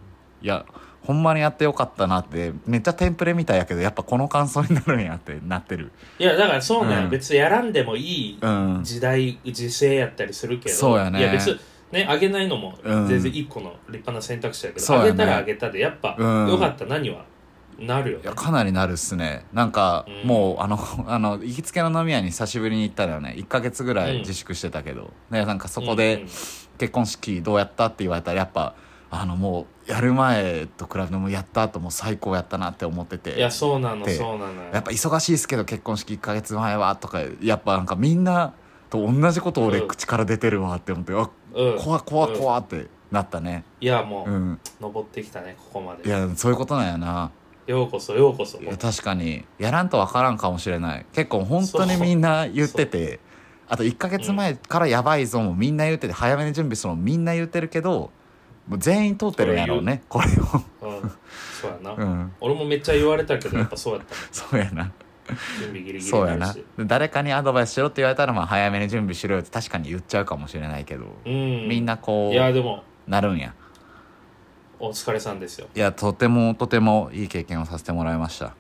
Speaker 2: いやほんまにやってよかったなってめっちゃテンプレみたいやけどやっぱこの感想になるんやってなってる
Speaker 1: いやだからそうね、
Speaker 2: うん
Speaker 1: 別にやらんでもいい
Speaker 2: うん
Speaker 1: 時代時勢やったりするけど
Speaker 2: そうやね
Speaker 1: いや別にねあげないのも
Speaker 2: うん
Speaker 1: 全然一個の立派な選択肢やけど、
Speaker 2: そう
Speaker 1: あ
Speaker 2: やね
Speaker 1: げたらあげたでやっぱ、
Speaker 2: うん
Speaker 1: よかった何はなるよ
Speaker 2: いやかなりなるっすねなんか、
Speaker 1: うん
Speaker 2: もうあの あの行きつけの飲み屋に久しぶりに行ったのよね1ヶ月ぐらい自粛してたけど、ねなんかそこで、
Speaker 1: うんうん
Speaker 2: 結婚式どうやったって言われたらやっぱあのもうやる前と比べてもやった後も最高やったなって思ってて
Speaker 1: いやそうなの
Speaker 2: で
Speaker 1: そうなのよ
Speaker 2: やっぱ忙しいですけど結婚式1ヶ月前はとかやっぱなんかみんなと同じこと俺
Speaker 1: うん
Speaker 2: 口から出てるわって思って、あ
Speaker 1: うん、
Speaker 2: 怖っ怖っ怖っってなったね
Speaker 1: いやも
Speaker 2: う
Speaker 1: う、
Speaker 2: ん
Speaker 1: 登ってきたねここま
Speaker 2: い
Speaker 1: で
Speaker 2: やそういうことなんやな
Speaker 1: ようこそようこそ
Speaker 2: いや確かにやらんとわからんかもしれない結構本当にみんな言っててあと1ヶ月前からやばいぞもみんな言ってて早めに準備するのもみんな言ってるけどもう全員通ってるんやろうねこれを
Speaker 1: うん、そうやな、
Speaker 2: うん
Speaker 1: 俺もめっちゃ言われたけどやっぱそうやったね
Speaker 2: そうやな
Speaker 1: 準備ギリギリに
Speaker 2: そうや
Speaker 1: なる
Speaker 2: な
Speaker 1: し
Speaker 2: 誰かにアドバイスしろって言われたらまあ早めに準備しろよって確かに言っちゃうかもしれないけど、
Speaker 1: うん
Speaker 2: みんないこ
Speaker 1: やでも
Speaker 2: うなるんや
Speaker 1: お疲れさんですよ
Speaker 2: いやとてもとてもいい経験をさせてもらいましたっ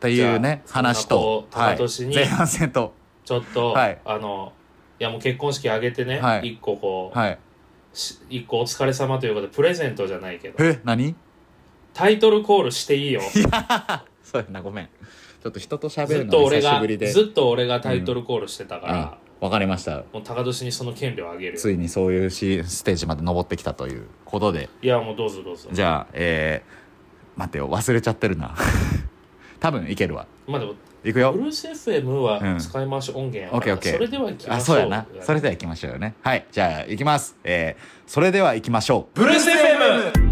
Speaker 2: ていうね
Speaker 1: じゃあ
Speaker 2: 話と、
Speaker 1: そんなこう
Speaker 2: はい、
Speaker 1: 高年に
Speaker 2: 前半戦と
Speaker 1: ちょっと、
Speaker 2: はい
Speaker 1: あのいやもう結婚式あげてね、
Speaker 2: はい
Speaker 1: 一個こう、
Speaker 2: はい
Speaker 1: し一個お疲れ様ということでプレゼントじゃないけど
Speaker 2: え何
Speaker 1: タイトルコールしていいよ
Speaker 2: そうやなごめんちょっと人と
Speaker 1: ず
Speaker 2: 喋る
Speaker 1: っと
Speaker 2: の
Speaker 1: 俺
Speaker 2: 久し
Speaker 1: が
Speaker 2: ぶりで
Speaker 1: ずっと俺がタイトルコールしてたから
Speaker 2: あ、わかりました
Speaker 1: もう高年にその権利をあげる
Speaker 2: ついにそういうしステージまで登ってきたということで
Speaker 1: いやもうどうぞどうぞ
Speaker 2: じゃあえー、待ってよ忘れちゃってるな 多分いけるわ
Speaker 1: まあでも
Speaker 2: いくよ
Speaker 1: ブルース FM
Speaker 2: う
Speaker 1: は
Speaker 2: ん
Speaker 1: 使い回し音源や
Speaker 2: オッ
Speaker 1: か
Speaker 2: ケー
Speaker 1: ら、
Speaker 2: オッケー
Speaker 1: それでは行きましょう
Speaker 2: あそうやなそれでは行きましょうよねはいじゃあ行きますえー、それでは行きましょう
Speaker 1: ブルース FM!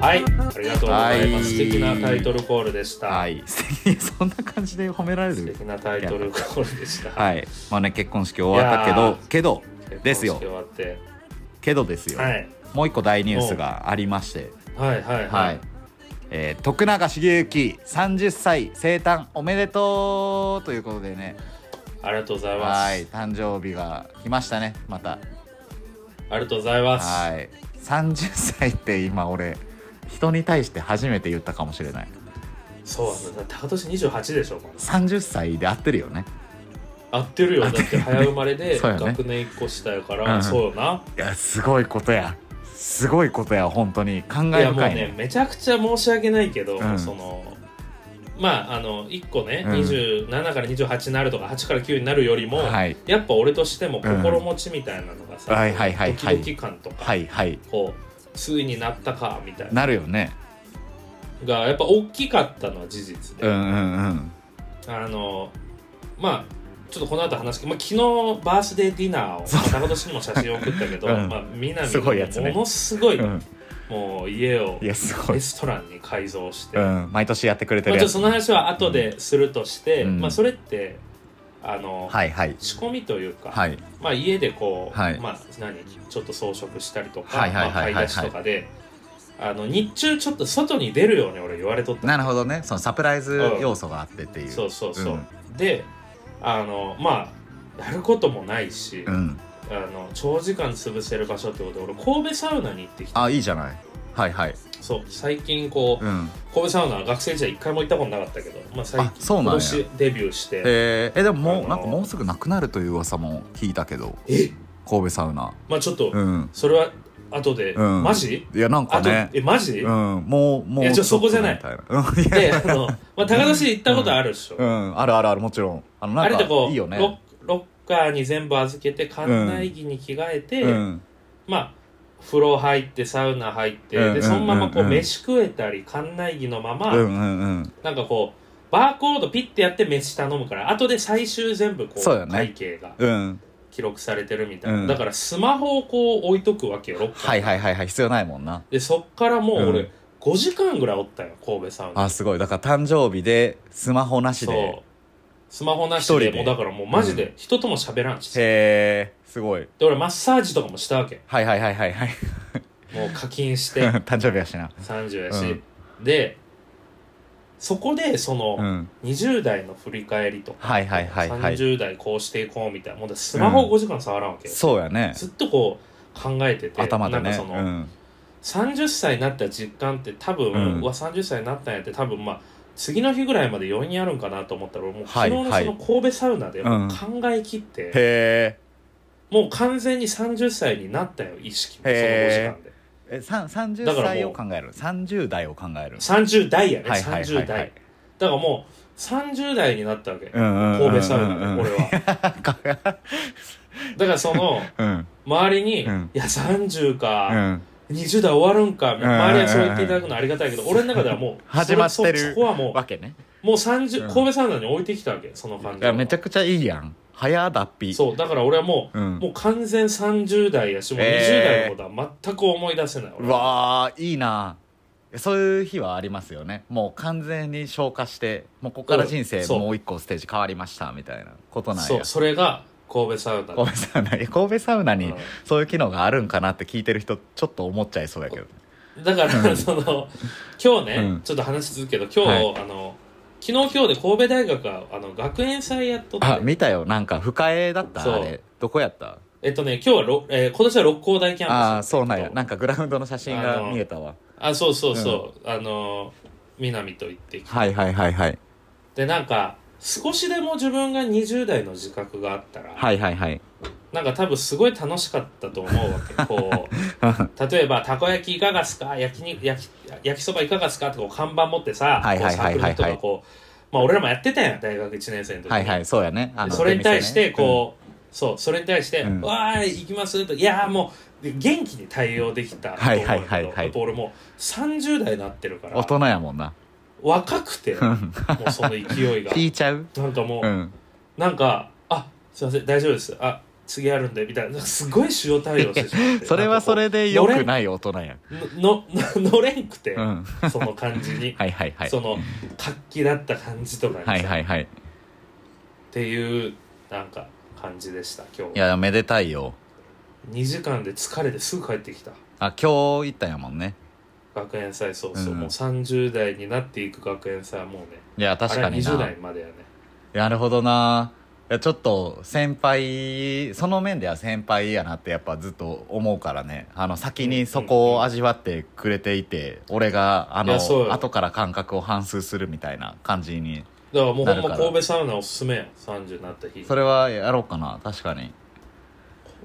Speaker 1: はい、ありがとうございます。
Speaker 2: は
Speaker 1: 素
Speaker 2: い
Speaker 1: 敵なタイトルコールでした。
Speaker 2: はい素敵 そんな感じで褒められ
Speaker 1: 素
Speaker 2: る
Speaker 1: 敵なタイトルコールでした。
Speaker 2: はいまあね結婚式終わったけどけどですよ
Speaker 1: 結婚式終わって
Speaker 2: けどですよ、
Speaker 1: はい、
Speaker 2: もう一個大ニュースがありまして
Speaker 1: はい、はい、
Speaker 2: は
Speaker 1: はいい。、
Speaker 2: えー徳永茂之30歳生誕おめでとうということでね
Speaker 1: ありがとうございます。
Speaker 2: はい誕生日が来ましたねまた
Speaker 1: ありがとうございます。
Speaker 2: はい30歳って今俺人に対して初めて言ったかもしれない
Speaker 1: そうなんだ。高年28でしょ、まだ
Speaker 2: 30歳で合ってるよね
Speaker 1: 合ってるよ
Speaker 2: 合
Speaker 1: だっ
Speaker 2: っ
Speaker 1: て
Speaker 2: る
Speaker 1: て早生まれで
Speaker 2: そうよね
Speaker 1: 学年1個下やか
Speaker 2: う
Speaker 1: ら
Speaker 2: ん
Speaker 1: そうよない
Speaker 2: やすごいことやすごいことや本当に考
Speaker 1: い
Speaker 2: え
Speaker 1: やもう
Speaker 2: 深い
Speaker 1: ね
Speaker 2: ね
Speaker 1: めちゃくちゃ申し訳ないけど、
Speaker 2: うん
Speaker 1: そのまああの1個ね、
Speaker 2: うん
Speaker 1: 27から28になるとか8から9になるよりも、
Speaker 2: はい
Speaker 1: やっぱ俺としても心持ちみたいなのがさ、
Speaker 2: はいはいはい
Speaker 1: ド
Speaker 2: はい
Speaker 1: キドキ感とか、
Speaker 2: はいはい
Speaker 1: こうついになったかみたいな
Speaker 2: なるよね
Speaker 1: がやっぱ大きかったのは事実
Speaker 2: う
Speaker 1: で、
Speaker 2: んうんうん
Speaker 1: あのまあちょっとこの後話すけど、まあ、昨日バースデーディナーをまあ高年にも写真を送ったけど、
Speaker 2: うん
Speaker 1: まあ、南
Speaker 2: すごいやつね
Speaker 1: ものすごい、
Speaker 2: うん
Speaker 1: もう家を
Speaker 2: いやすごい
Speaker 1: レストランに改造して、
Speaker 2: うん毎年やってくれて
Speaker 1: まあ、
Speaker 2: る
Speaker 1: ちょっと
Speaker 2: やつ
Speaker 1: その話は後でするとして、
Speaker 2: うん
Speaker 1: まあ、それってあの、
Speaker 2: はいはい
Speaker 1: 仕込みというか、
Speaker 2: はい
Speaker 1: まあ、家でこう、
Speaker 2: はい
Speaker 1: まあ、何ちょっと装飾したりとか、
Speaker 2: はいはいはいはいはい
Speaker 1: まあ買い出しとかであの日中ちょっと外に出るように俺言われとった
Speaker 2: なるほどねそのサプライズ要素があってっていう
Speaker 1: そうそうそう、
Speaker 2: うん
Speaker 1: であのまあやることもないし、
Speaker 2: うん
Speaker 1: あの長時間潰せる場所ってことで俺神戸サウナに行ってきた
Speaker 2: あいいじゃないはいはい
Speaker 1: そう最近こう、
Speaker 2: うん
Speaker 1: 神戸サウナは学生時代一回も行ったことなかったけど、まあ、最
Speaker 2: あ
Speaker 1: 近
Speaker 2: そうなんや
Speaker 1: 今年デビューして
Speaker 2: えーえでももう
Speaker 1: あのー
Speaker 2: なんかもうすぐなくなるという噂も聞いたけど
Speaker 1: え
Speaker 2: 神戸サウナ
Speaker 1: まあちょっと、
Speaker 2: うん
Speaker 1: それは後で、
Speaker 2: うん
Speaker 1: マジ
Speaker 2: いやなんか
Speaker 1: あと
Speaker 2: ね
Speaker 1: えマジ、
Speaker 2: うんもうもう
Speaker 1: いやちょ
Speaker 2: っと
Speaker 1: そこじゃない
Speaker 2: みたいなうんいや
Speaker 1: であの、まあ、高田市行ったことあるでしょ、
Speaker 2: うんあるあるあるもちろんあのな
Speaker 1: あ
Speaker 2: ん
Speaker 1: れで
Speaker 2: か
Speaker 1: こう
Speaker 2: いいよね
Speaker 1: ロロッカーに全部預けて館内着に着替えて、
Speaker 2: うん
Speaker 1: まあ風呂入ってサウナ入って、
Speaker 2: うんうん
Speaker 1: でそのままこう、
Speaker 2: うん
Speaker 1: 飯食えたり館内着のまま、
Speaker 2: うんうんうん
Speaker 1: なんかこうバーコードピッてやって飯頼むから後で最終全部こう
Speaker 2: そうよね
Speaker 1: 会計が
Speaker 2: うん
Speaker 1: 記録されてるみたいな、
Speaker 2: うん
Speaker 1: だからスマホをこう置いとくわけよロッカーに
Speaker 2: はいはいはいはい必要ないもんな
Speaker 1: でそっからもう
Speaker 2: う
Speaker 1: 俺
Speaker 2: ん
Speaker 1: 5時間ぐらいおったよ神戸サウナ
Speaker 2: あすごいだから誕生日でスマホなし
Speaker 1: そう
Speaker 2: で
Speaker 1: スマホなし
Speaker 2: 一
Speaker 1: で
Speaker 2: 人で
Speaker 1: もうだからもうマジで人とも喋らんし、で
Speaker 2: へえすごい
Speaker 1: 俺マッサージとかもしたわけ
Speaker 2: はいはいはいはいはい
Speaker 1: もう課金して
Speaker 2: 誕生日やしな
Speaker 1: 30やし、でそこでその、
Speaker 2: うん
Speaker 1: 20代の振り返りとか、
Speaker 2: はいはいはいはい
Speaker 1: 30代こうしていこうみたいなもうだからスマホ5時間触らんわけよ、
Speaker 2: そうやね
Speaker 1: ずっとこう考えてて
Speaker 2: 頭で
Speaker 1: なんか
Speaker 2: ね
Speaker 1: そうの、
Speaker 2: ん
Speaker 1: 30歳になった実感って多分、
Speaker 2: う
Speaker 1: うんわ30歳になったんやって多分まあ次の日ぐらいまで余韻あるんかなと思ったらもう昨
Speaker 2: はい
Speaker 1: 日のその神戸サウナで
Speaker 2: う
Speaker 1: も
Speaker 2: ん
Speaker 1: う考え切って、
Speaker 2: へ
Speaker 1: もう完全に30歳になったよ意識もその5時
Speaker 2: へー
Speaker 1: 間で
Speaker 2: ーえさん30
Speaker 1: だからもう
Speaker 2: 歳を考える30代を考える
Speaker 1: 30代やね、
Speaker 2: はいはいはい
Speaker 1: 30代だからもう30代になったわけ、
Speaker 2: 神
Speaker 1: 神戸サウナで、俺はだからその
Speaker 2: うん
Speaker 1: 周りに「
Speaker 2: うん
Speaker 1: いや30か、
Speaker 2: うん
Speaker 1: 20代終わるんか」みたいな
Speaker 2: うん
Speaker 1: 周りはそう言っていただくのはありがたいけど、俺の中ではもう
Speaker 2: 始まってる
Speaker 1: それそそこはもう
Speaker 2: わけね
Speaker 1: もう30、
Speaker 2: うん
Speaker 1: 神戸サウナに置いてきたわけその感
Speaker 2: い
Speaker 1: じ
Speaker 2: や
Speaker 1: は
Speaker 2: めちゃくちゃいいやん早脱皮
Speaker 1: そうだから俺はも
Speaker 2: う
Speaker 1: う、
Speaker 2: ん
Speaker 1: もう完全30代やしもう20代のことは全く思い出せない、俺
Speaker 2: うわーいいなそういう日はありますよねもう完全に消化してもうここから人生
Speaker 1: そう
Speaker 2: もう一個ステージ変わりましたみたいなことなん
Speaker 1: そ
Speaker 2: や
Speaker 1: うそれが神戸サウナ
Speaker 2: 神戸サウナいや神戸サウナ
Speaker 1: う
Speaker 2: に
Speaker 1: ん
Speaker 2: そういう機能があるんかなって聞いてる人ちょっと思っちゃいそうやけど
Speaker 1: だから、その今日ね、
Speaker 2: うん
Speaker 1: ちょっと話続くけど今日、
Speaker 2: は
Speaker 1: あの昨日今日で神戸大学があの学園祭やっとって
Speaker 2: あ見たよなんか深江だった
Speaker 1: そう
Speaker 2: あれどこやった
Speaker 1: えっとね今日はろ、えー今年は六甲大キャンパス
Speaker 2: ああーそうなんやなん
Speaker 1: か
Speaker 2: かグラウンドの写真
Speaker 1: あ
Speaker 2: が
Speaker 1: の
Speaker 2: 見えたわ
Speaker 1: あそうそうそう、あの南と行ってきて
Speaker 2: はいはいはいはい
Speaker 1: でなんか少しでも自分が20代の自覚があったら、
Speaker 2: はいは いはい
Speaker 1: なんか多分すごい楽しかったと思うわけこ う例えば「たこ焼きいかがすか焼きに焼き焼きそばいかがすか?」ってこう看板持ってさ
Speaker 2: はい
Speaker 1: こ
Speaker 2: は
Speaker 1: う
Speaker 2: い
Speaker 1: サ
Speaker 2: は
Speaker 1: ー
Speaker 2: いはいはい
Speaker 1: クルとかこうまあ俺らもやってたやん大学1年生の時に、
Speaker 2: はいはいそうやね
Speaker 1: でそれに対して
Speaker 2: う
Speaker 1: こう、そうそれに対して「
Speaker 2: うん
Speaker 1: わーい行きます」と「いやーもうで元気に対応できたと思うんだけど」
Speaker 2: はいはいはいはい
Speaker 1: やっぱ俺もう30代になってるから
Speaker 2: 大人やもんな
Speaker 1: 若く てもうその勢いが
Speaker 2: 引いちゃう
Speaker 1: なんかもう、
Speaker 2: うん
Speaker 1: なんか「あすいません大丈夫ですあ次あるんで」みたいななんかすごい塩対応してしまって
Speaker 2: それはそれで良くない大人やん
Speaker 1: のののれんくて、
Speaker 2: うん
Speaker 1: その感じに、
Speaker 2: はいはいはい
Speaker 1: その活気だった感じとかにさ
Speaker 2: はいはいはい
Speaker 1: っていうなんか感じでした今
Speaker 2: い
Speaker 1: 日
Speaker 2: やめでたいよ
Speaker 1: 2時間で疲れてすぐ帰ってきた
Speaker 2: あ今日行ったんやもんね
Speaker 1: 学園祭そうそう、
Speaker 2: うん
Speaker 1: もう30代になっていく学園祭はもうね
Speaker 2: いや確かに
Speaker 1: あれは20
Speaker 2: な
Speaker 1: 代までやね
Speaker 2: なるほどないやちょっと先輩その面では先輩やなってやっぱずっと思うからねあの先にそこを味わってくれていて俺があ
Speaker 1: い
Speaker 2: の
Speaker 1: やそうよ
Speaker 2: 後から感覚を反芻するみたいな感じに
Speaker 1: だからもうほんま
Speaker 2: なるから
Speaker 1: 神戸サウナおすすめやん30になった日
Speaker 2: そ
Speaker 1: 神
Speaker 2: れはやろうかな確かに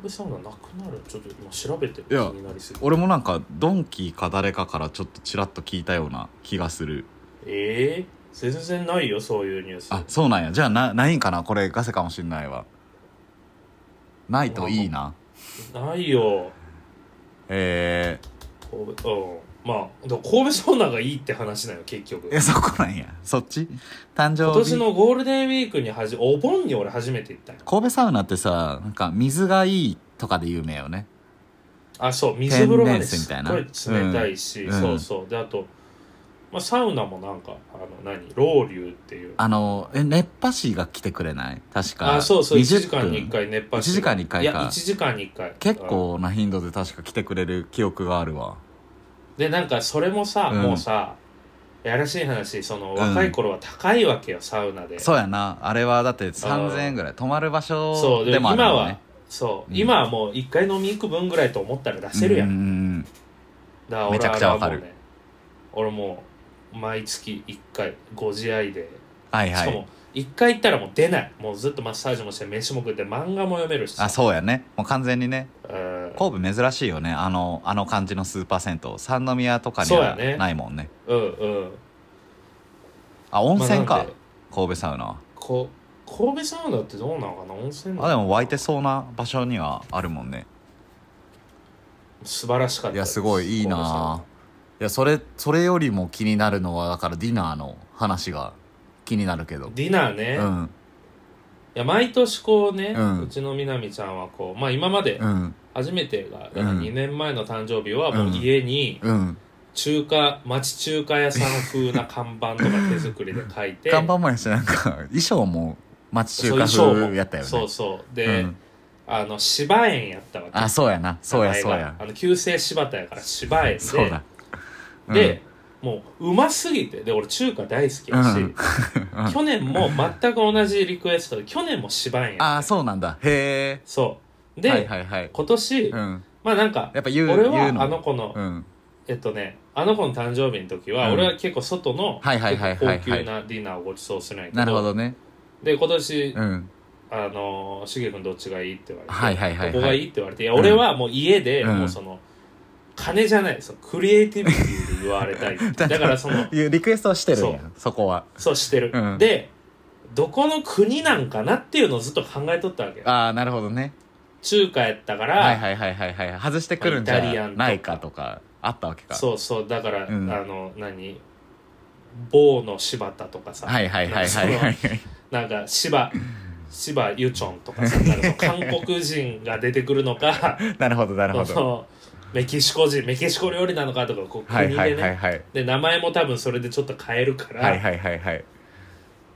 Speaker 1: 戸サウナなくなるちょっと今調べてる気
Speaker 2: いや
Speaker 1: になりすぎて
Speaker 2: 俺もなんかドンキーか誰かからちょっとちらっと聞いたような気がする
Speaker 1: ええ全然ないよそういうニュース
Speaker 2: あそうなんやじゃあなないんかなこれガセかもしんないわないといいな
Speaker 1: ないよ
Speaker 2: え
Speaker 1: 神戸うんまあでも神戸サウナがいいって話なよ結局
Speaker 2: ー、えそこなんやそっち誕生日
Speaker 1: 今年のゴールデンウィークにはじお盆に俺初めて行ったよ
Speaker 2: 神戸サウナってさなんか水がいいとかで有名よね
Speaker 1: あそう水風呂がね
Speaker 2: 天然水み
Speaker 1: す
Speaker 2: たい
Speaker 1: っ
Speaker 2: な
Speaker 1: ごい冷たいし、
Speaker 2: うん
Speaker 1: そうそうであと、まあ、サウナもなんかあの何ロウリュっていう
Speaker 2: あのえ熱波師が来てくれない確か
Speaker 1: あそうそう1
Speaker 2: 20
Speaker 1: 時間に1回熱波
Speaker 2: 1時間に一回か
Speaker 1: いや1時間に1回
Speaker 2: 結構な頻度で確か来てくれる記憶があるわ
Speaker 1: でなんかそれもさ、
Speaker 2: うん
Speaker 1: もうさやらしい話その
Speaker 2: ん
Speaker 1: 若い頃は高いわけよ、サウナで
Speaker 2: そうやなあれはだって3000円ぐらい泊まる場
Speaker 1: そ
Speaker 2: 所
Speaker 1: うで
Speaker 2: でもある
Speaker 1: 今
Speaker 2: もん
Speaker 1: は
Speaker 2: ね
Speaker 1: そう、
Speaker 2: うん
Speaker 1: 今はもう1回飲み行く分ぐらいと思ったら出せるやん、
Speaker 2: うんうん
Speaker 1: だから俺
Speaker 2: めちゃくちゃわかる
Speaker 1: あれはもうね俺もう毎月1回ご自愛で
Speaker 2: はい
Speaker 1: し
Speaker 2: は
Speaker 1: か
Speaker 2: い
Speaker 1: も一回行ったらもう出ないもうずっとマッサージもして飯も食って漫画も読めるし
Speaker 2: あそうやねもう完全にね
Speaker 1: うん
Speaker 2: 神戸珍しいよねあのあの感じのスーパー銭湯三宮とかに
Speaker 1: そうや
Speaker 2: は
Speaker 1: ね
Speaker 2: ないもんね
Speaker 1: うんうん
Speaker 2: あ温泉
Speaker 1: まあ
Speaker 2: か、
Speaker 1: なんで
Speaker 2: 神戸サウナは
Speaker 1: こ神戸サウナってどうなのかな温泉なの
Speaker 2: あでも湧いてそうな場所にはあるもんね
Speaker 1: 素晴らしかった
Speaker 2: い
Speaker 1: で
Speaker 2: やすごいいい
Speaker 1: 神戸サウナ
Speaker 2: なあいやそれそれよりも気になるのはだからディナーの話が気になるけど
Speaker 1: ディナーね、
Speaker 2: う
Speaker 1: い
Speaker 2: ん
Speaker 1: や毎年こうね、う
Speaker 2: うん
Speaker 1: ちのみなみちゃんはこうまあ今まで
Speaker 2: うん
Speaker 1: 初めてが、
Speaker 2: うん
Speaker 1: 2年前の誕生日はもううん家に
Speaker 2: うん
Speaker 1: 中華町中華屋さん風な看板とか手作りで書いて
Speaker 2: 看板もやしなんか衣装も町中華
Speaker 1: そう衣装
Speaker 2: 風
Speaker 1: も
Speaker 2: やったよね
Speaker 1: そうそうで、
Speaker 2: うん
Speaker 1: あの芝園やったわけ
Speaker 2: あそうやなそうや
Speaker 1: 名前
Speaker 2: そ
Speaker 1: が
Speaker 2: うや
Speaker 1: あの旧姓柴田やから芝園で
Speaker 2: そうだうん
Speaker 1: でもううますぎてで俺中華大好きやし、
Speaker 2: うんうん
Speaker 1: 去年も全く同じリクエストで去年も芝園や
Speaker 2: あそうなんだへ
Speaker 1: そう
Speaker 2: え
Speaker 1: で、
Speaker 2: はいはいはい
Speaker 1: 今年、
Speaker 2: うん
Speaker 1: まあなんか
Speaker 2: やっぱ言う
Speaker 1: 俺は
Speaker 2: 言う
Speaker 1: あの子の、
Speaker 2: うん
Speaker 1: えっとねあの子の誕生日の時は、
Speaker 2: うん
Speaker 1: 俺は結構外の
Speaker 2: はいはいはいはいはい
Speaker 1: 結構高級なディナーをご馳走するんやけど
Speaker 2: なるほどね
Speaker 1: で今年、
Speaker 2: うん
Speaker 1: あのしげ君どっちがいいって言われて、
Speaker 2: はいはいはいはい
Speaker 1: ここがいいって言われていや
Speaker 2: うん
Speaker 1: 俺はもう家で、
Speaker 2: うん
Speaker 1: もうその金じゃないそのクリエイティビティで言われたい だからその
Speaker 2: いうリクエストはしてるんやそこは
Speaker 1: そうしてる、
Speaker 2: うん
Speaker 1: でどこの国なんかなっていうのをずっと考えとったわけ
Speaker 2: ああなるほどね
Speaker 1: 中華やったから、
Speaker 2: はいはいはいはいはい外してくるんじ
Speaker 1: まあイタリア
Speaker 2: ゃ
Speaker 1: ンとか
Speaker 2: ないかとかあったわけか
Speaker 1: そうそうだから、
Speaker 2: うん
Speaker 1: あの何某の柴田とかさ、
Speaker 2: はいはいはいはいはいはい
Speaker 1: なんか柴柴ユチョンとかさなんかその韓国人が出てくるのか
Speaker 2: なるほ どなるほ
Speaker 1: そ
Speaker 2: ど
Speaker 1: のメキシコ人メキシコ料理なのかとかこう国
Speaker 2: は
Speaker 1: で
Speaker 2: い
Speaker 1: ね、
Speaker 2: はいはいはい
Speaker 1: で名前も多分それでちょっと変えるから、
Speaker 2: はいはいはいはい
Speaker 1: っ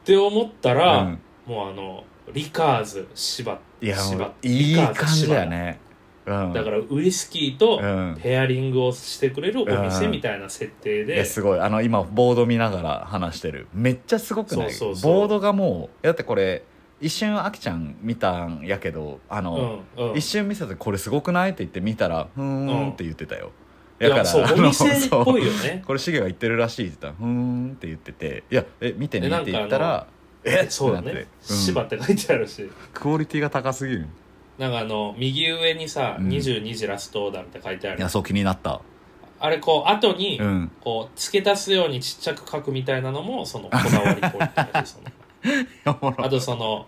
Speaker 1: て思ったら、
Speaker 2: うん
Speaker 1: もうあのリカーズ柴
Speaker 2: いやも
Speaker 1: 柴
Speaker 2: ういい
Speaker 1: リカーズ
Speaker 2: 感じだよねうん
Speaker 1: だからウイスキーと
Speaker 2: うん
Speaker 1: ペアリングをしてくれるお店みたいな設定
Speaker 2: い
Speaker 1: で、
Speaker 2: やすごいあの今ボード見ながら話してるめっちゃすごくない
Speaker 1: そうそうそう
Speaker 2: ボードがもうだってこれ一瞬あきちゃん見たんやけどあの、
Speaker 1: うんうん、
Speaker 2: 一瞬見せて「これすごくない?」って言って見たら「ふー
Speaker 1: うん
Speaker 2: ん」って言ってたよ、
Speaker 1: いやそうお店っ
Speaker 2: そう
Speaker 1: ぽいよね
Speaker 2: これシゲが言ってるらしいって言ったら「ふーん」って言ってて「いやえ見てね」
Speaker 1: え
Speaker 2: って言ったら「え
Speaker 1: そうだ
Speaker 2: ってなっ
Speaker 1: ね
Speaker 2: て
Speaker 1: 「
Speaker 2: うん
Speaker 1: 芝」って書いてあるし
Speaker 2: クオリティが高すぎる
Speaker 1: なんかあの右上にさ「
Speaker 2: うん
Speaker 1: 22時ラストオーダー」って書いてあ
Speaker 2: い
Speaker 1: る
Speaker 2: やそう気になった
Speaker 1: あれこう後に
Speaker 2: うん
Speaker 1: こう付け足すようにちっちゃく書くみたいなのもそのこだわりポイントだし その
Speaker 2: おもろ
Speaker 1: あとその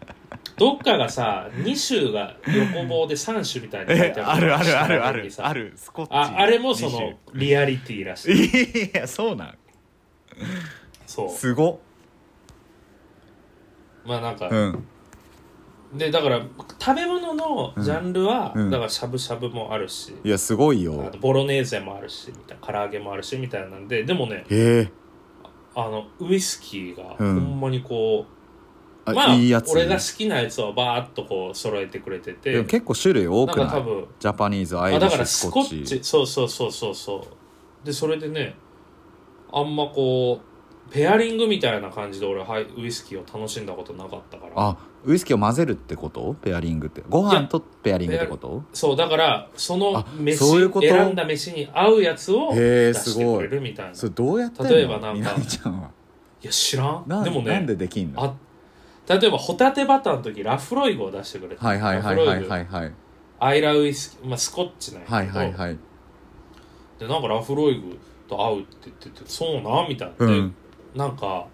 Speaker 1: どっかがさ2種が横棒で3種みたいに書い
Speaker 2: え
Speaker 1: てあ
Speaker 2: あ
Speaker 1: る
Speaker 2: るあるあるある
Speaker 1: 下の方にさ
Speaker 2: あるスコッチ
Speaker 1: ああれもそ
Speaker 2: 二
Speaker 1: のリアリティらし
Speaker 2: 種
Speaker 1: い
Speaker 2: いやそうなん
Speaker 1: そう
Speaker 2: すご
Speaker 1: まあなんか、
Speaker 2: うん
Speaker 1: でだから食べ物のジャンルは、
Speaker 2: うんうん
Speaker 1: だからしゃぶしゃぶもあるし、
Speaker 2: いやすごい
Speaker 1: あ
Speaker 2: よ
Speaker 1: とボロネーゼもあるしみたいな唐揚げもあるしみたいなんででもね
Speaker 2: へえ
Speaker 1: あのウイスキーがほ
Speaker 2: うん
Speaker 1: んまにこう、
Speaker 2: あ
Speaker 1: まあ
Speaker 2: いいやつ
Speaker 1: 俺が好きなやつをバーッとこう揃えてくれて
Speaker 2: で
Speaker 1: て
Speaker 2: も結構種類多
Speaker 1: なん
Speaker 2: く
Speaker 1: か
Speaker 2: な
Speaker 1: 多
Speaker 2: い
Speaker 1: 分
Speaker 2: ジャパニーズア
Speaker 1: あ
Speaker 2: イリ
Speaker 1: だ
Speaker 2: ッ
Speaker 1: からス
Speaker 2: シュス
Speaker 1: コ
Speaker 2: コ
Speaker 1: ッ
Speaker 2: ッ
Speaker 1: チ
Speaker 2: チ
Speaker 1: そうそうそうそうそうでそれでねあんまこうペアリングみたいな感じで俺はいウイスキーを楽しんだことなかったから
Speaker 2: あウイスキーを混ぜるってことペアリングってご飯とペアリングってこと
Speaker 1: そうだからその
Speaker 2: あ
Speaker 1: 飯
Speaker 2: そういうこと
Speaker 1: 選んだ飯に合うやつを出
Speaker 2: へー
Speaker 1: してくれるみたいな
Speaker 2: それどうやってんの
Speaker 1: 例えばなんか
Speaker 2: みなみちゃんは
Speaker 1: いや知らん
Speaker 2: な
Speaker 1: でも
Speaker 2: なん
Speaker 1: ね
Speaker 2: でできんの
Speaker 1: あ例えばホタテバターの時ラフロイグを出してくれた、
Speaker 2: はいはいはいはいはいはい
Speaker 1: アイラウイスキー、まあ、スコッチなんやけど、
Speaker 2: はいはいはい
Speaker 1: でなんかラフロイグと合うって言っててそうなみたいな、
Speaker 2: う
Speaker 1: で
Speaker 2: ん
Speaker 1: なんか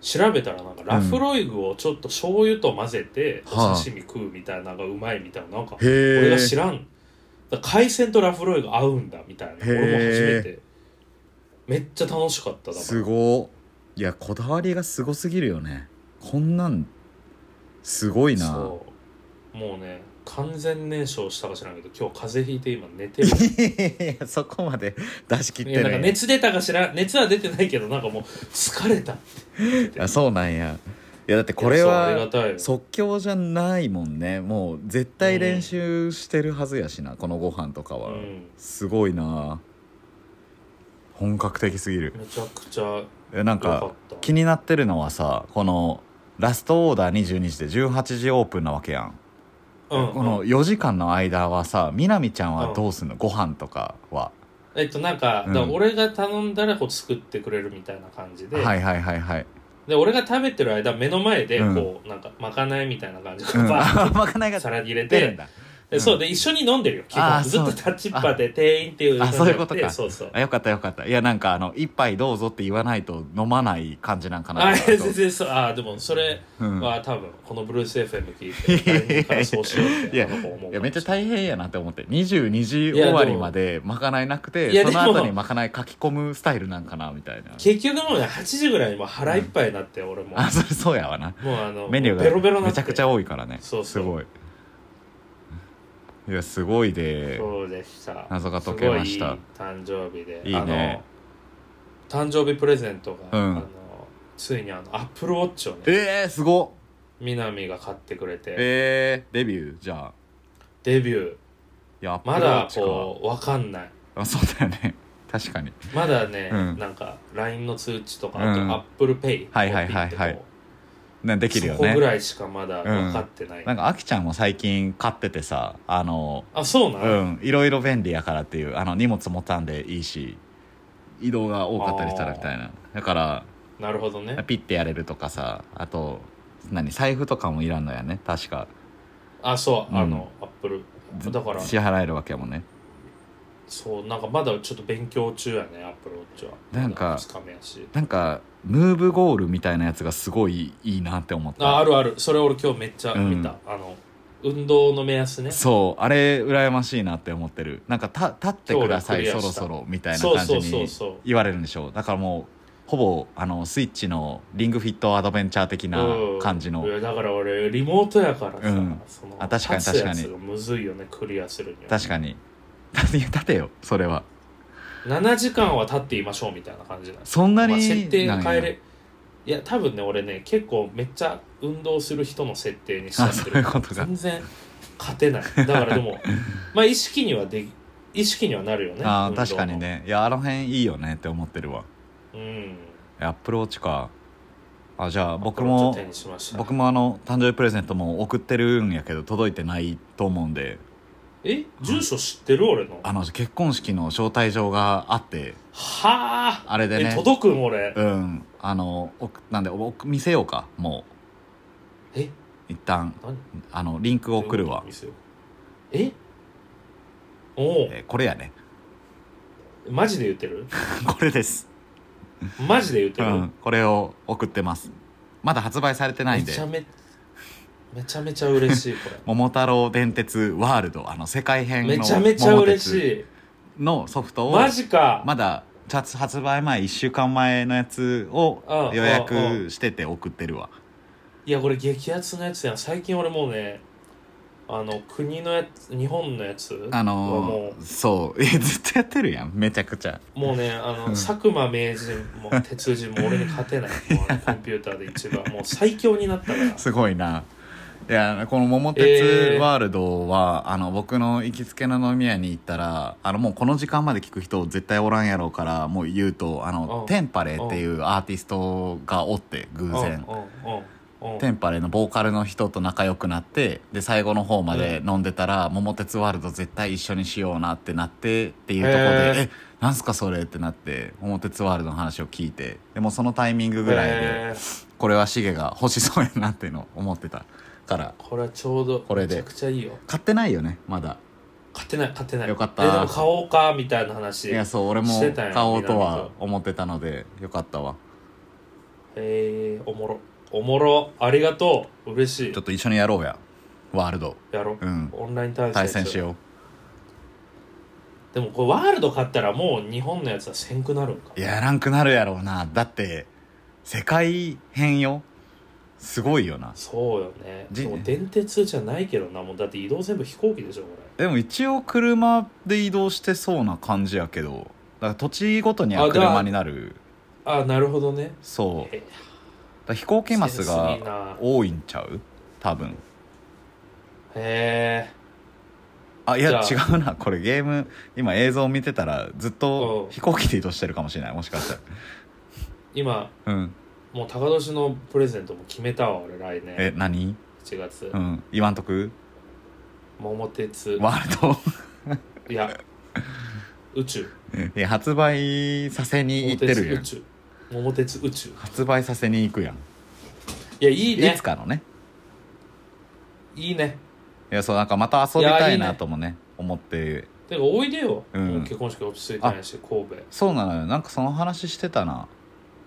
Speaker 1: 調べたらなんかラフロイグをちょっと醤油と混ぜてお
Speaker 2: はあ
Speaker 1: 刺身食うみたいなのがうまいみたいななんか俺
Speaker 2: へ
Speaker 1: が知
Speaker 2: え
Speaker 1: らんだから海鮮とラフロイグ合うんだみたいな
Speaker 2: へー
Speaker 1: 俺も初めてめっちゃ楽しかっただから
Speaker 2: すごいいやこだわりがすごすぎるよねこんなんすごいな
Speaker 1: そうもうね完全燃焼したか知らんけど今日風邪ひいて今 寝てる
Speaker 2: いやいやそこまで出し切っ
Speaker 1: い
Speaker 2: て
Speaker 1: やなん
Speaker 2: な
Speaker 1: か
Speaker 2: い
Speaker 1: 熱出たか知らん熱は出てないけどなんかもう疲れたって言ってて
Speaker 2: あそうなんやいやだってこれ
Speaker 1: いやそうあり
Speaker 2: は
Speaker 1: がたいよ
Speaker 2: 即興じゃないもんねもう絶対練習してるはずやしな、このご飯とかは、
Speaker 1: うん
Speaker 2: すごいな本格的すぎる
Speaker 1: めちゃくちゃ良
Speaker 2: えなん
Speaker 1: か
Speaker 2: か
Speaker 1: った
Speaker 2: 気になってるのはさこのラストオーダー22時で18時オープンなわけやん
Speaker 1: うん
Speaker 2: この4時間の間はさみなみちゃんはどうすんの、ご飯とかは
Speaker 1: えっとなんか,、
Speaker 2: うん
Speaker 1: だから俺が頼んだらこう作ってくれるみたいな感じで,、
Speaker 2: はいはいはいはい、
Speaker 1: で俺が食べてる間目の前で
Speaker 2: うん
Speaker 1: こう、なんかまかないみたいな感じで
Speaker 2: うん、
Speaker 1: バー
Speaker 2: あまかない
Speaker 1: ッ
Speaker 2: が
Speaker 1: と皿に入れ
Speaker 2: 出るん
Speaker 1: て、
Speaker 2: だ
Speaker 1: でそうで一緒に飲んでるよ基
Speaker 2: あー
Speaker 1: 本ずっ
Speaker 2: そ
Speaker 1: と
Speaker 2: う
Speaker 1: タッチッパーで店員っていう
Speaker 2: あそういうことか
Speaker 1: のやってそうそう
Speaker 2: あよかったよかったいやなんかあの一杯どうぞって言わないと飲まない感じなんかな
Speaker 1: あ
Speaker 2: と
Speaker 1: ー
Speaker 2: 思ったけど
Speaker 1: 全然そうあーでもそれ
Speaker 2: うん
Speaker 1: は多分このブルース FM 聞いて来年からそうしようって
Speaker 2: いや
Speaker 1: あの子 思う
Speaker 2: い
Speaker 1: か
Speaker 2: や
Speaker 1: も
Speaker 2: めっちゃ大変やなって思って22時
Speaker 1: いや
Speaker 2: 終
Speaker 1: でも
Speaker 2: わりまでまかないなくて
Speaker 1: いや
Speaker 2: そ
Speaker 1: で
Speaker 2: の
Speaker 1: も
Speaker 2: 後にまかない書き込むスタイルなんかなみたいな
Speaker 1: 結局もうね8時ぐらいにもう腹いっぱいになって、俺も
Speaker 2: あそれそうやわな
Speaker 1: もうあの
Speaker 2: メニュ
Speaker 1: ベロベロ
Speaker 2: ーが
Speaker 1: にな
Speaker 2: め
Speaker 1: っ
Speaker 2: ち
Speaker 1: て
Speaker 2: ゃくちゃ多いからね
Speaker 1: そうそう
Speaker 2: すごいいやすごいで
Speaker 1: そうでした
Speaker 2: 謎が解けました
Speaker 1: すごいいい誕生日で
Speaker 2: いいね
Speaker 1: あの誕生日プレゼントが、
Speaker 2: うん
Speaker 1: あのついにあのアップルウォッチをね
Speaker 2: えー、すごっ
Speaker 1: 南が買ってくれて、
Speaker 2: えー、デビューじゃあ
Speaker 1: デビュー
Speaker 2: いや
Speaker 1: まだこうわかんないう
Speaker 2: そうだよね確かに
Speaker 1: まだね、
Speaker 2: うん
Speaker 1: なんか LINE の通知とかあと
Speaker 2: う
Speaker 1: a
Speaker 2: ん
Speaker 1: p p l e Pay
Speaker 2: はいはいはいはいなで
Speaker 1: で
Speaker 2: きるよ
Speaker 1: そこ
Speaker 2: ね
Speaker 1: ぐらいしかまだ分かってない、
Speaker 2: なんかあきちゃんも最近買っててさあの
Speaker 1: あそうな、
Speaker 2: うんんいろいろ便利やからっていうあの荷物持たんでいいし移動が多かったりしたらみたいなだから
Speaker 1: なるほどね
Speaker 2: ピッてやれるとかさあと何財布とかもいらんのやね確か
Speaker 1: あそう、
Speaker 2: うん
Speaker 1: あのアップル
Speaker 2: ず
Speaker 1: だから
Speaker 2: 支払えるわけやもんね
Speaker 1: そうなんかまだちょっと勉強中やねアップルウォッチは
Speaker 2: なんか
Speaker 1: つかめやし
Speaker 2: なんかムーブゴールみたいなやつがすごいいいなって思っ
Speaker 1: あ
Speaker 2: た
Speaker 1: あるあるそれ俺今日めっちゃ見た、あの運動の目安ね
Speaker 2: そうあれ羨ましいなって思ってるなんかた立ってください
Speaker 1: 今日俺クリア
Speaker 2: そろ
Speaker 1: した
Speaker 2: そろみたいな
Speaker 1: そう
Speaker 2: 感じ
Speaker 1: そうそう
Speaker 2: に
Speaker 1: そう
Speaker 2: 言われるんでしょうだからもうほぼあのスイッチのリングフィットアドベンチャー的な
Speaker 1: うん
Speaker 2: 感じの
Speaker 1: いやだから俺リモートやからさ、
Speaker 2: うん
Speaker 1: その
Speaker 2: あ確かに
Speaker 1: 立つやつ
Speaker 2: 確かに
Speaker 1: がむずいよねクリアするには
Speaker 2: 確かに 立て立てよそれは
Speaker 1: 7時間は立っていましょうみたいな感じなんです
Speaker 2: そんなに
Speaker 1: まあ設定
Speaker 2: なんや
Speaker 1: 変えれいや多分ね俺ね結構めっちゃ運動する人の設定にしちゃって
Speaker 2: あそうい
Speaker 1: る
Speaker 2: うことか
Speaker 1: 全然勝てないだからで もまあ意識にはでき意識にはなるよね
Speaker 2: あ
Speaker 1: 運
Speaker 2: ー
Speaker 1: 動の
Speaker 2: 確かにねいやあの辺いいよねって思ってるわ
Speaker 1: うん
Speaker 2: アップローチかあじゃあ僕
Speaker 1: ちょっ
Speaker 2: も
Speaker 1: と手にしました
Speaker 2: 僕もあの誕生日プレゼントも送ってるんやけど届いてないと思うんで
Speaker 1: え住所知ってる俺の
Speaker 2: あの結婚式の招待状があって
Speaker 1: はあ
Speaker 2: あれで
Speaker 1: え
Speaker 2: ね
Speaker 1: 届くん俺
Speaker 2: うんあのおなんでお見せようかも
Speaker 1: え
Speaker 2: う一旦
Speaker 1: 何
Speaker 2: あのリンクを送るわ
Speaker 1: 見せようえおお
Speaker 2: えーこれやね
Speaker 1: マジで言ってる
Speaker 2: これです、
Speaker 1: マジで言って
Speaker 2: う
Speaker 1: る、
Speaker 2: ん、これを送ってますまだ発売されてない
Speaker 1: め
Speaker 2: んで
Speaker 1: ちゃめめちゃめちゃ嬉しいこれ
Speaker 2: 「桃太郎電鉄ワールド」あの世界編の
Speaker 1: めちゃめちゃ
Speaker 2: 桃
Speaker 1: 嬉
Speaker 2: 鉄
Speaker 1: し
Speaker 2: のソフト
Speaker 1: い
Speaker 2: を
Speaker 1: マジか、
Speaker 2: まだ発発売前1週間前のやつを
Speaker 1: うん
Speaker 2: 予
Speaker 1: うんう
Speaker 2: 約してて送ってるわ
Speaker 1: いやこれ激アツのやつやん最近俺もうねあの国のやつ日本のやつ
Speaker 2: あ
Speaker 1: は
Speaker 2: の
Speaker 1: も
Speaker 2: ー、そうえ ずっとやってるやんめちゃくちゃ
Speaker 1: うもうねあの佐久間名人も鉄人も俺に勝てないもう あのコンピューターで一番もう最強になったから
Speaker 2: すごいないやこの「桃鉄ワールドは」あの僕の行きつけの飲み屋に行ったらあのもうこの時間まで聞く人絶対おらんやろうからもう言うとあの
Speaker 1: うん
Speaker 2: テンパレっていうアーティストがおって偶然
Speaker 1: うんうんうんうん
Speaker 2: テンパレのボーカルの人と仲良くなってで最後の方まで飲んでたら「桃鉄ワールド絶対一緒にしような」ってなってっていうところ
Speaker 1: へ
Speaker 2: で「
Speaker 1: ー
Speaker 2: えなんすかそれ?」ってなって桃鉄ワールドの話を聞いてでもそのタイミングぐらいで
Speaker 1: えー
Speaker 2: これはシゲが欲しそうやなっていうのを思ってたから
Speaker 1: これはちょうど
Speaker 2: これで
Speaker 1: めちゃくちゃいいよ
Speaker 2: 買ってないよねまだ
Speaker 1: 買ってない買ってない
Speaker 2: よかった
Speaker 1: えでも買おうかみたいな話
Speaker 2: いやそう俺も
Speaker 1: してたよ
Speaker 2: 買おうと
Speaker 1: 南
Speaker 2: は
Speaker 1: と
Speaker 2: 思ってたのでよかったわ
Speaker 1: えー、おもろおもろありがとう嬉しい
Speaker 2: ちょっと一緒にやろうやワールド
Speaker 1: やろ、
Speaker 2: うん
Speaker 1: オンライン対戦
Speaker 2: 対戦しよ
Speaker 1: でもこれワールド買ったらもう日本のやつはせんくなるんか
Speaker 2: ういやらんくなるやろうなだって世界編よすごいよな
Speaker 1: そうよね
Speaker 2: じ
Speaker 1: でも電鉄じゃないけどなもうだって移動全部飛行機でしょこ
Speaker 2: でも一応車で移動してそうな感じやけどだから土地ごとには
Speaker 1: あだ
Speaker 2: 車になる
Speaker 1: れあなるほどね
Speaker 2: そうだ
Speaker 1: え
Speaker 2: から飛行機マ
Speaker 1: セ
Speaker 2: ス
Speaker 1: ンスいいな
Speaker 2: が多いんちゃう多分
Speaker 1: へえ
Speaker 2: あいや違
Speaker 1: じゃ
Speaker 2: うな これゲーム今映像見てたらずっと
Speaker 1: うん
Speaker 2: 飛行機で移動してるかもしれないもしかした
Speaker 1: 今
Speaker 2: らうん
Speaker 1: もう高年のプレゼントも決めたわ俺来
Speaker 2: え
Speaker 1: 年
Speaker 2: 何
Speaker 1: 7月、
Speaker 2: うん言わんとく
Speaker 1: 桃鉄
Speaker 2: ワール
Speaker 1: いや宇宙
Speaker 2: ドいや発売させに
Speaker 1: 桃
Speaker 2: 行って
Speaker 1: 鉄
Speaker 2: るや
Speaker 1: 宇
Speaker 2: ん
Speaker 1: 宙桃鉄宇宙
Speaker 2: 発売させに行くやん
Speaker 1: いやいい
Speaker 2: い
Speaker 1: ね
Speaker 2: つかのね
Speaker 1: いいね
Speaker 2: いやそうなんかまた遊びた
Speaker 1: いやい
Speaker 2: い
Speaker 1: いね
Speaker 2: なともね思って
Speaker 1: てかおいでよ、
Speaker 2: うん
Speaker 1: もう結婚式落ち着いてないし神戸
Speaker 2: そうなのよなんかその話してたな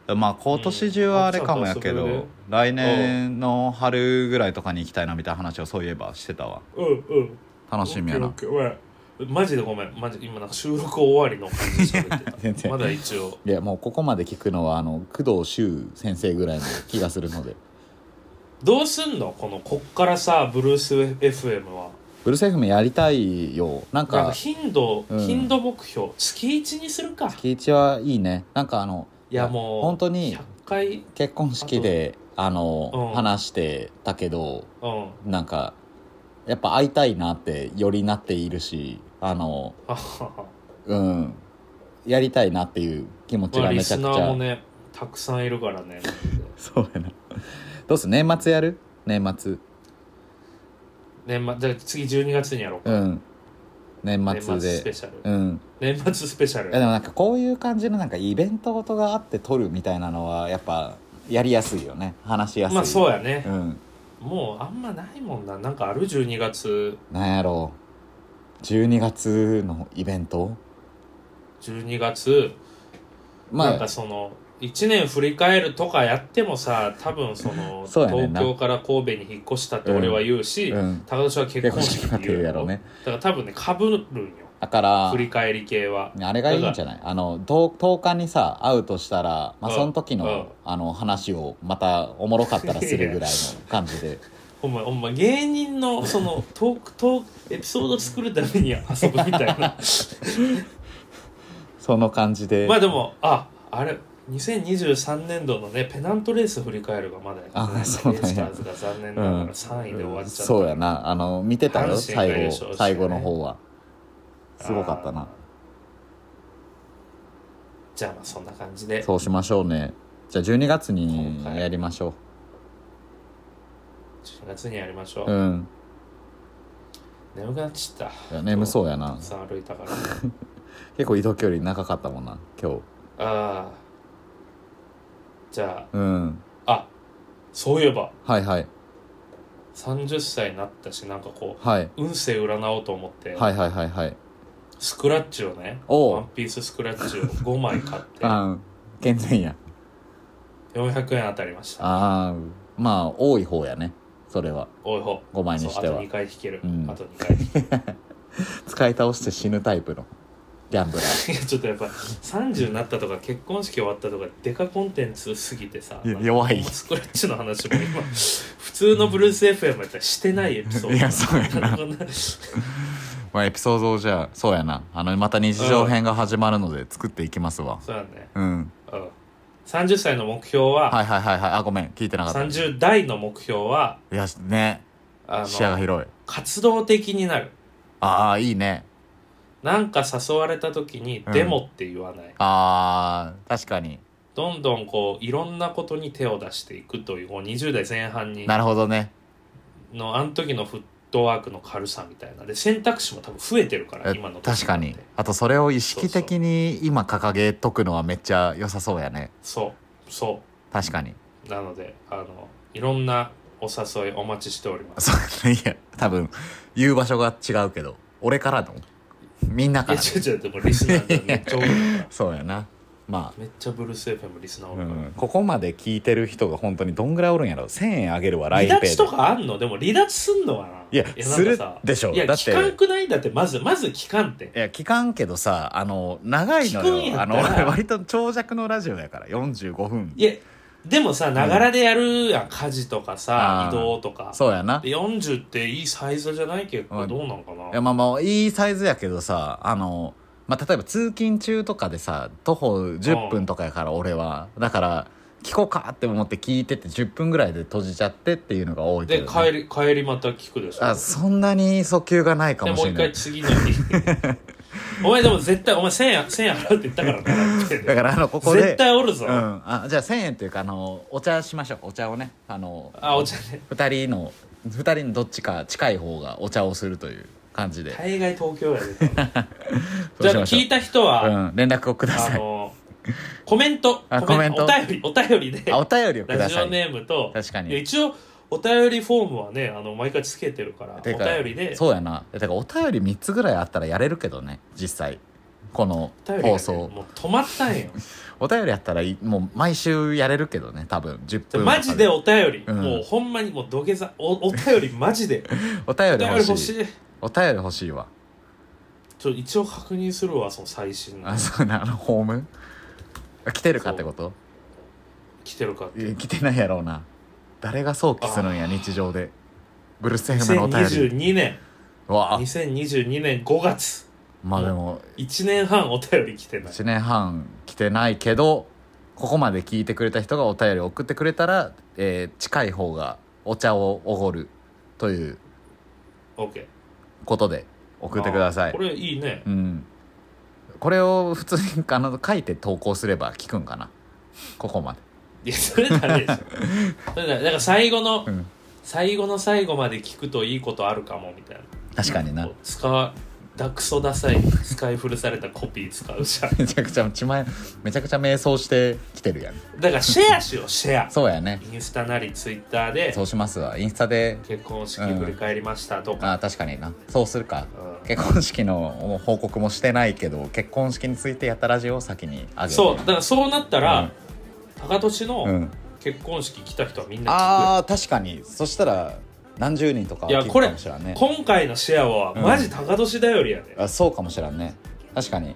Speaker 2: まあ今年中はあれかもやけど、
Speaker 1: うん奥さんと遊ぶね
Speaker 2: 来年の春ぐらいとかに行きたいなみたいな話をそういえばしてたわ
Speaker 1: うんうん
Speaker 2: 楽しみや
Speaker 1: オ
Speaker 2: な
Speaker 1: ッケーオッケーおいマジでごめんマジ今なんか収録終わりの感じで喋ってた
Speaker 2: 全然
Speaker 1: まだ一応
Speaker 2: いやもうここまで聞くのはあの工藤修先生ぐらいの気がするので
Speaker 1: どうすんのこのこっからさブルース FM は
Speaker 2: ブルース FM やりたいよ
Speaker 1: な
Speaker 2: なん
Speaker 1: ん
Speaker 2: か
Speaker 1: か頻度、
Speaker 2: うん
Speaker 1: 頻度目標月1にするか
Speaker 2: 月一はいいねなんかあの
Speaker 1: いやもう
Speaker 2: 本当に
Speaker 1: 100回
Speaker 2: 結婚式であの、
Speaker 1: うん
Speaker 2: 話してたけど
Speaker 1: うん
Speaker 2: なんかやっぱ会いたいなってよりなっているしあの
Speaker 1: あはは
Speaker 2: うんやりたいなっていう気持ち
Speaker 1: ま
Speaker 2: が
Speaker 1: あ
Speaker 2: め
Speaker 1: リ
Speaker 2: ちゃ
Speaker 1: ス
Speaker 2: くち
Speaker 1: ナ
Speaker 2: ゃ、
Speaker 1: ーもねたくさんいるからね
Speaker 2: そうやなどうする年末やる年末
Speaker 1: 年末じゃあ次12月にやろうか
Speaker 2: うん年
Speaker 1: 年
Speaker 2: 末
Speaker 1: 末スペ
Speaker 2: で
Speaker 1: シャル、
Speaker 2: うん
Speaker 1: 年末スペシャ
Speaker 2: いや
Speaker 1: ル
Speaker 2: でもなんかこういう感じのなんかイベントごとがあって撮るみたいなのはやっぱやりやすいよね話しやすい
Speaker 1: まあそう
Speaker 2: や
Speaker 1: やね、
Speaker 2: ん
Speaker 1: もうあんまないもんななんかある12月
Speaker 2: なんやろう12月のイベント
Speaker 1: 12月なん
Speaker 2: ま
Speaker 1: か
Speaker 2: あ
Speaker 1: その1年振り返るとかやってもさ多分その
Speaker 2: そうやねん
Speaker 1: 東
Speaker 2: な
Speaker 1: 京から神戸に引っ越したって俺は言うし、
Speaker 2: うん
Speaker 1: 高田氏は結
Speaker 2: 結
Speaker 1: 婚
Speaker 2: 婚式
Speaker 1: 式
Speaker 2: だ
Speaker 1: っ
Speaker 2: ってて
Speaker 1: 言
Speaker 2: 言
Speaker 1: う
Speaker 2: う
Speaker 1: や
Speaker 2: や
Speaker 1: ろ
Speaker 2: ろうね
Speaker 1: だから多分ねかぶるんよ
Speaker 2: だから
Speaker 1: 振り返り系は
Speaker 2: あれがいいんじゃないあの 10, 10日にさ会うとしたら、まあ、
Speaker 1: うん
Speaker 2: その時の,、
Speaker 1: うん
Speaker 2: あの話をまたおもろかったらするぐらいの感 じで
Speaker 1: ほんまほんま芸人のそ のトークトークエピソード作るために遊ぶみたい な
Speaker 2: その感じで、
Speaker 1: まあでもああれ2023年度のねペナントレース振り返るがまだやってない
Speaker 2: あそうなんや
Speaker 1: ベイスターズが残念なが
Speaker 2: うん
Speaker 1: ら3位で終わっちゃった、
Speaker 2: そうやなあの見てたよ
Speaker 1: 阪神が優勝
Speaker 2: 最
Speaker 1: して
Speaker 2: 後
Speaker 1: ね
Speaker 2: 最後の方はすごかったな
Speaker 1: じゃあまあそんな感じで
Speaker 2: そうしましょうねじゃあ12月に
Speaker 1: 今回
Speaker 2: やりましょ
Speaker 1: 10月にやりましょう、
Speaker 2: ううん
Speaker 1: 眠くなっちゃっ
Speaker 2: い
Speaker 1: た
Speaker 2: や眠そうやな
Speaker 1: たくさん歩いたから
Speaker 2: 結構移動距離長かったもんな今日
Speaker 1: ああじゃ
Speaker 2: うん
Speaker 1: ああそういえば
Speaker 2: はいはい
Speaker 1: 30歳になったしなんかこ
Speaker 2: はいう
Speaker 1: 運勢占おうと思って、
Speaker 2: はいはいはいはい
Speaker 1: スクラッチをね
Speaker 2: おう
Speaker 1: ワンピーススクラッチを5枚買って
Speaker 2: あん健全や
Speaker 1: 400円当たりました
Speaker 2: ああまあ多い方やねそれは
Speaker 1: おいほ
Speaker 2: 5枚
Speaker 1: そ
Speaker 2: に
Speaker 1: う
Speaker 2: し
Speaker 1: あ
Speaker 2: て
Speaker 1: と
Speaker 2: は
Speaker 1: 2回引ける、
Speaker 2: うん
Speaker 1: あと2回引 け
Speaker 2: 使い倒して死ぬタイプのギャンブラー
Speaker 1: るいやちょっとやっぱ30になったとか結婚式終わったとかデカコンテンツすぎてさ
Speaker 2: いや弱い
Speaker 1: スクラッチの話も今 普通のブルース FM やったらしてないエピソード
Speaker 2: いや そうやな
Speaker 1: かか
Speaker 2: まあエピソードをじゃあそうやなあのまた日常編が始まるので作っていきますわ
Speaker 1: そうだね
Speaker 2: うん
Speaker 1: うん30歳の目標は、
Speaker 2: はいはいはいはいあごめん聞いてなかったい
Speaker 1: 30代の目標は
Speaker 2: やね
Speaker 1: あ
Speaker 2: 視野が
Speaker 1: の
Speaker 2: 広い
Speaker 1: 活動的になる
Speaker 2: ああいいね
Speaker 1: なんか誘われた時に「
Speaker 2: うん
Speaker 1: でも」って言わない、
Speaker 2: あー確かに
Speaker 1: どんどんこういろんなことに手を出していくというこう20代前半に
Speaker 2: なるほどね
Speaker 1: のあの時のフットワークの軽さみたいなで選択肢も多分増えてるから
Speaker 2: え
Speaker 1: 今の時
Speaker 2: 確かに
Speaker 1: って
Speaker 2: あとそれを意識的に今掲げとくのはめっちゃ良さそうやね
Speaker 1: そうそ
Speaker 2: 確かに
Speaker 1: うなのであのいろんなお誘いお待ちしております
Speaker 2: そういや多分言う場所が違うけど俺からのみんないか
Speaker 1: や
Speaker 2: ら
Speaker 1: 違う違うでもリスナーがめっちゃ多いから
Speaker 2: そうやなま
Speaker 1: めっちゃブルース FM リスナー
Speaker 2: あ、
Speaker 1: 多いうから、
Speaker 2: ん、ここまで聞いてる人が本当にどんぐらいおるんやろ1000円あげるわ LINE
Speaker 1: 離
Speaker 2: ペ
Speaker 1: 脱
Speaker 2: イ
Speaker 1: とかあんのでも離脱すんのかない
Speaker 2: いや
Speaker 1: なんか
Speaker 2: する
Speaker 1: さ
Speaker 2: でしょ
Speaker 1: いや
Speaker 2: だって
Speaker 1: 聞かんくないんだってまずまず聞かんって
Speaker 2: いや聞かんけどさあの長いの
Speaker 1: 聞くんや
Speaker 2: よ
Speaker 1: っ
Speaker 2: あの
Speaker 1: たら
Speaker 2: 割と長尺のラジオやから45分
Speaker 1: いやでもさながらでやるやん家事とかさ
Speaker 2: あー
Speaker 1: 移動とか
Speaker 2: そうやな
Speaker 1: で40っていいサイズじゃない結
Speaker 2: う
Speaker 1: 構
Speaker 2: ん
Speaker 1: どうなんかない
Speaker 2: やまあまあいいサイズやけどさあの、まあ、例えば通勤中とかでさ徒歩10分とかやから俺はだから聞こうかって思って聞いてて10分ぐらいで閉じちゃってっていうのが多いけ
Speaker 1: で
Speaker 2: ど
Speaker 1: 帰
Speaker 2: ね、
Speaker 1: り帰りまた聞くでしょ
Speaker 2: あそんなに訴求がないか
Speaker 1: で
Speaker 2: も
Speaker 1: も
Speaker 2: し
Speaker 1: う
Speaker 2: れ
Speaker 1: 一
Speaker 2: な
Speaker 1: 回
Speaker 2: い
Speaker 1: 次の日お前でも絶対お前1000円1000円払うって言ったからなって
Speaker 2: だからあのここで
Speaker 1: 絶対おるぞ、
Speaker 2: うん、あじゃあ1000円っていうかあのお茶しましょうお茶をねあの
Speaker 1: あお茶ね
Speaker 2: 二人の二人のどっちか近い方がお茶をするという感じで、
Speaker 1: 大概東京やで
Speaker 2: そう
Speaker 1: じ
Speaker 2: し
Speaker 1: ゃあ
Speaker 2: ましょう
Speaker 1: 聞いた人は、
Speaker 2: うん、連絡をくだ
Speaker 1: あ
Speaker 2: さい
Speaker 1: のコメント
Speaker 2: あコ
Speaker 1: お
Speaker 2: メ
Speaker 1: 便りお便りで
Speaker 2: あお便りをく
Speaker 1: ラ
Speaker 2: だ
Speaker 1: ジ
Speaker 2: さ
Speaker 1: オ
Speaker 2: い
Speaker 1: ネームと
Speaker 2: 確かに
Speaker 1: いや一応お便りフォームはねあの毎回つけてるからお
Speaker 2: てか
Speaker 1: 便りで
Speaker 2: そうやなてかお便り3つぐらいあったらやれるけどね実際この
Speaker 1: お便りがね
Speaker 2: 放送
Speaker 1: もう止まったん よ
Speaker 2: お便りあったらいもう毎週やれるけどね多分10
Speaker 1: で
Speaker 2: 分
Speaker 1: マジで
Speaker 2: お
Speaker 1: お便り、
Speaker 2: うん
Speaker 1: もうほんまにもう土下座おお便りマジ でお
Speaker 2: 便り
Speaker 1: 便り欲
Speaker 2: 欲
Speaker 1: し
Speaker 2: しい
Speaker 1: い
Speaker 2: お便り欲しいわ
Speaker 1: ちょっと一応確認するわその最新の
Speaker 2: あそうなあのホームあ来てるかってこと
Speaker 1: 来てるかって
Speaker 2: いや来てないやろうな誰が想起するんや日常でブルース・ヘムのお便り
Speaker 1: 2022年
Speaker 2: うわあ
Speaker 1: 2022年5月
Speaker 2: まあでも
Speaker 1: 1年半お便り来てない
Speaker 2: 1年半来てないけどここまで聞いてくれた人がお便りを送ってくれたら、えー近い方がお茶をおごるという
Speaker 1: OK
Speaker 2: ことで送ってください
Speaker 1: これいいね
Speaker 2: うん、これを普通にあの書いて投稿すれば聞くんかなここまで
Speaker 1: いやそれダメでしょ それダメだから最後の、
Speaker 2: うん
Speaker 1: 最後の最後まで聞くといいことあるかもみたい
Speaker 2: 確かに
Speaker 1: な
Speaker 2: な
Speaker 1: こう使わダクソダサい使い古されたコピー使う じゃん
Speaker 2: めちゃくちゃちまめちゃくちゃ迷走してきてるやん
Speaker 1: だからシェアしようシェア
Speaker 2: そうやね
Speaker 1: インスタなりツイッターで
Speaker 2: そうしますわインスタで
Speaker 1: 結婚式振り返りましたとか、
Speaker 2: あ確かになそうするか
Speaker 1: うん
Speaker 2: 結婚式の報告もしてないけど結婚式についてやったラジオを先にあげる
Speaker 1: そうだからそうなったら、
Speaker 2: うん
Speaker 1: 高年
Speaker 2: う
Speaker 1: の
Speaker 2: ん、
Speaker 1: 結婚式来た人はみんな聞くよ
Speaker 2: ああ確かにそしたら何十人とか
Speaker 1: いや
Speaker 2: 聞
Speaker 1: こ
Speaker 2: く
Speaker 1: れ、
Speaker 2: かもしれんね
Speaker 1: 今回のシェアは
Speaker 2: うん
Speaker 1: マジ高年だよりやね、
Speaker 2: あそうかもしれんね確かに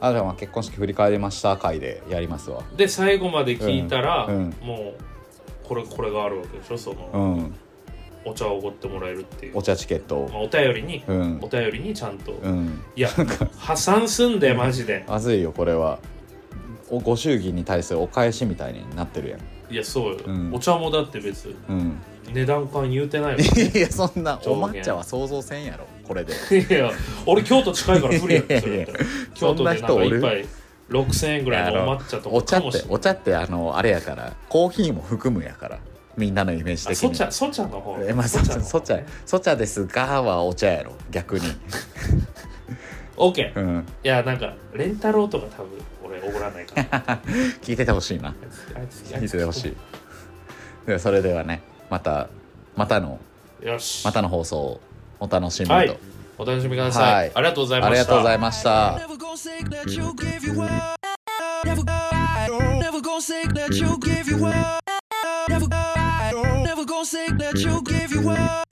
Speaker 2: あじゃあまあ結婚式振り返りました回でやりますわ
Speaker 1: うんで最後まで聞いたら、
Speaker 2: うんうん
Speaker 1: もうこれこれがあるわけでしょその、
Speaker 2: うん
Speaker 1: お茶をおごってもらえるっていう
Speaker 2: お茶チケット
Speaker 1: まあ、お便りに、
Speaker 2: うん
Speaker 1: お便りにちゃんと、
Speaker 2: うん
Speaker 1: いや破産すんでマジで
Speaker 2: まずいよこれはおご祝儀に対するお返しみたいになってるやん
Speaker 1: いやそうよ、
Speaker 2: うん
Speaker 1: お茶もだって別に
Speaker 2: うん
Speaker 1: 値段感言うてないもん
Speaker 2: いやそんな
Speaker 1: 上
Speaker 2: お
Speaker 1: 下
Speaker 2: 抹茶は想像せんやろこれで
Speaker 1: いや俺京都近いから不利やってそれやったら
Speaker 2: いや
Speaker 1: 京都でなん
Speaker 2: そん
Speaker 1: か
Speaker 2: な人おる
Speaker 1: 一杯6000円ぐらい
Speaker 2: いやあ
Speaker 1: の
Speaker 2: の
Speaker 1: お抹茶と
Speaker 2: お
Speaker 1: か
Speaker 2: 茶
Speaker 1: かも
Speaker 2: っ
Speaker 1: してれない
Speaker 2: お茶ってあのあれやからコーヒーも含むやからみんなのイメージ
Speaker 1: あ
Speaker 2: 的
Speaker 1: そ
Speaker 2: に
Speaker 1: ちゃそちゃの方
Speaker 2: えまあそ
Speaker 1: そ
Speaker 2: ち
Speaker 1: ちゃ
Speaker 2: ゃ
Speaker 1: の
Speaker 2: そ
Speaker 1: 方
Speaker 2: ちゃそちゃですがはお茶やろ逆 に
Speaker 1: OK
Speaker 2: う
Speaker 1: い
Speaker 2: ん
Speaker 1: やなんかレンタローとか多分俺おごらないからあ
Speaker 2: 聞いててほしいない
Speaker 1: つあいつあい
Speaker 2: 聞い
Speaker 1: つ
Speaker 2: ててほしいではそれではねまたまたの
Speaker 1: よし
Speaker 2: またの放送をお楽しみにと、
Speaker 1: はいお楽しみくださ
Speaker 2: はい
Speaker 1: い、ありがとうございま
Speaker 2: あ
Speaker 1: した
Speaker 2: りがとうございました。
Speaker 3: Never gonna say that you give you up. Never, never gonna say that you give you up. Never, never gonna say that you give you up.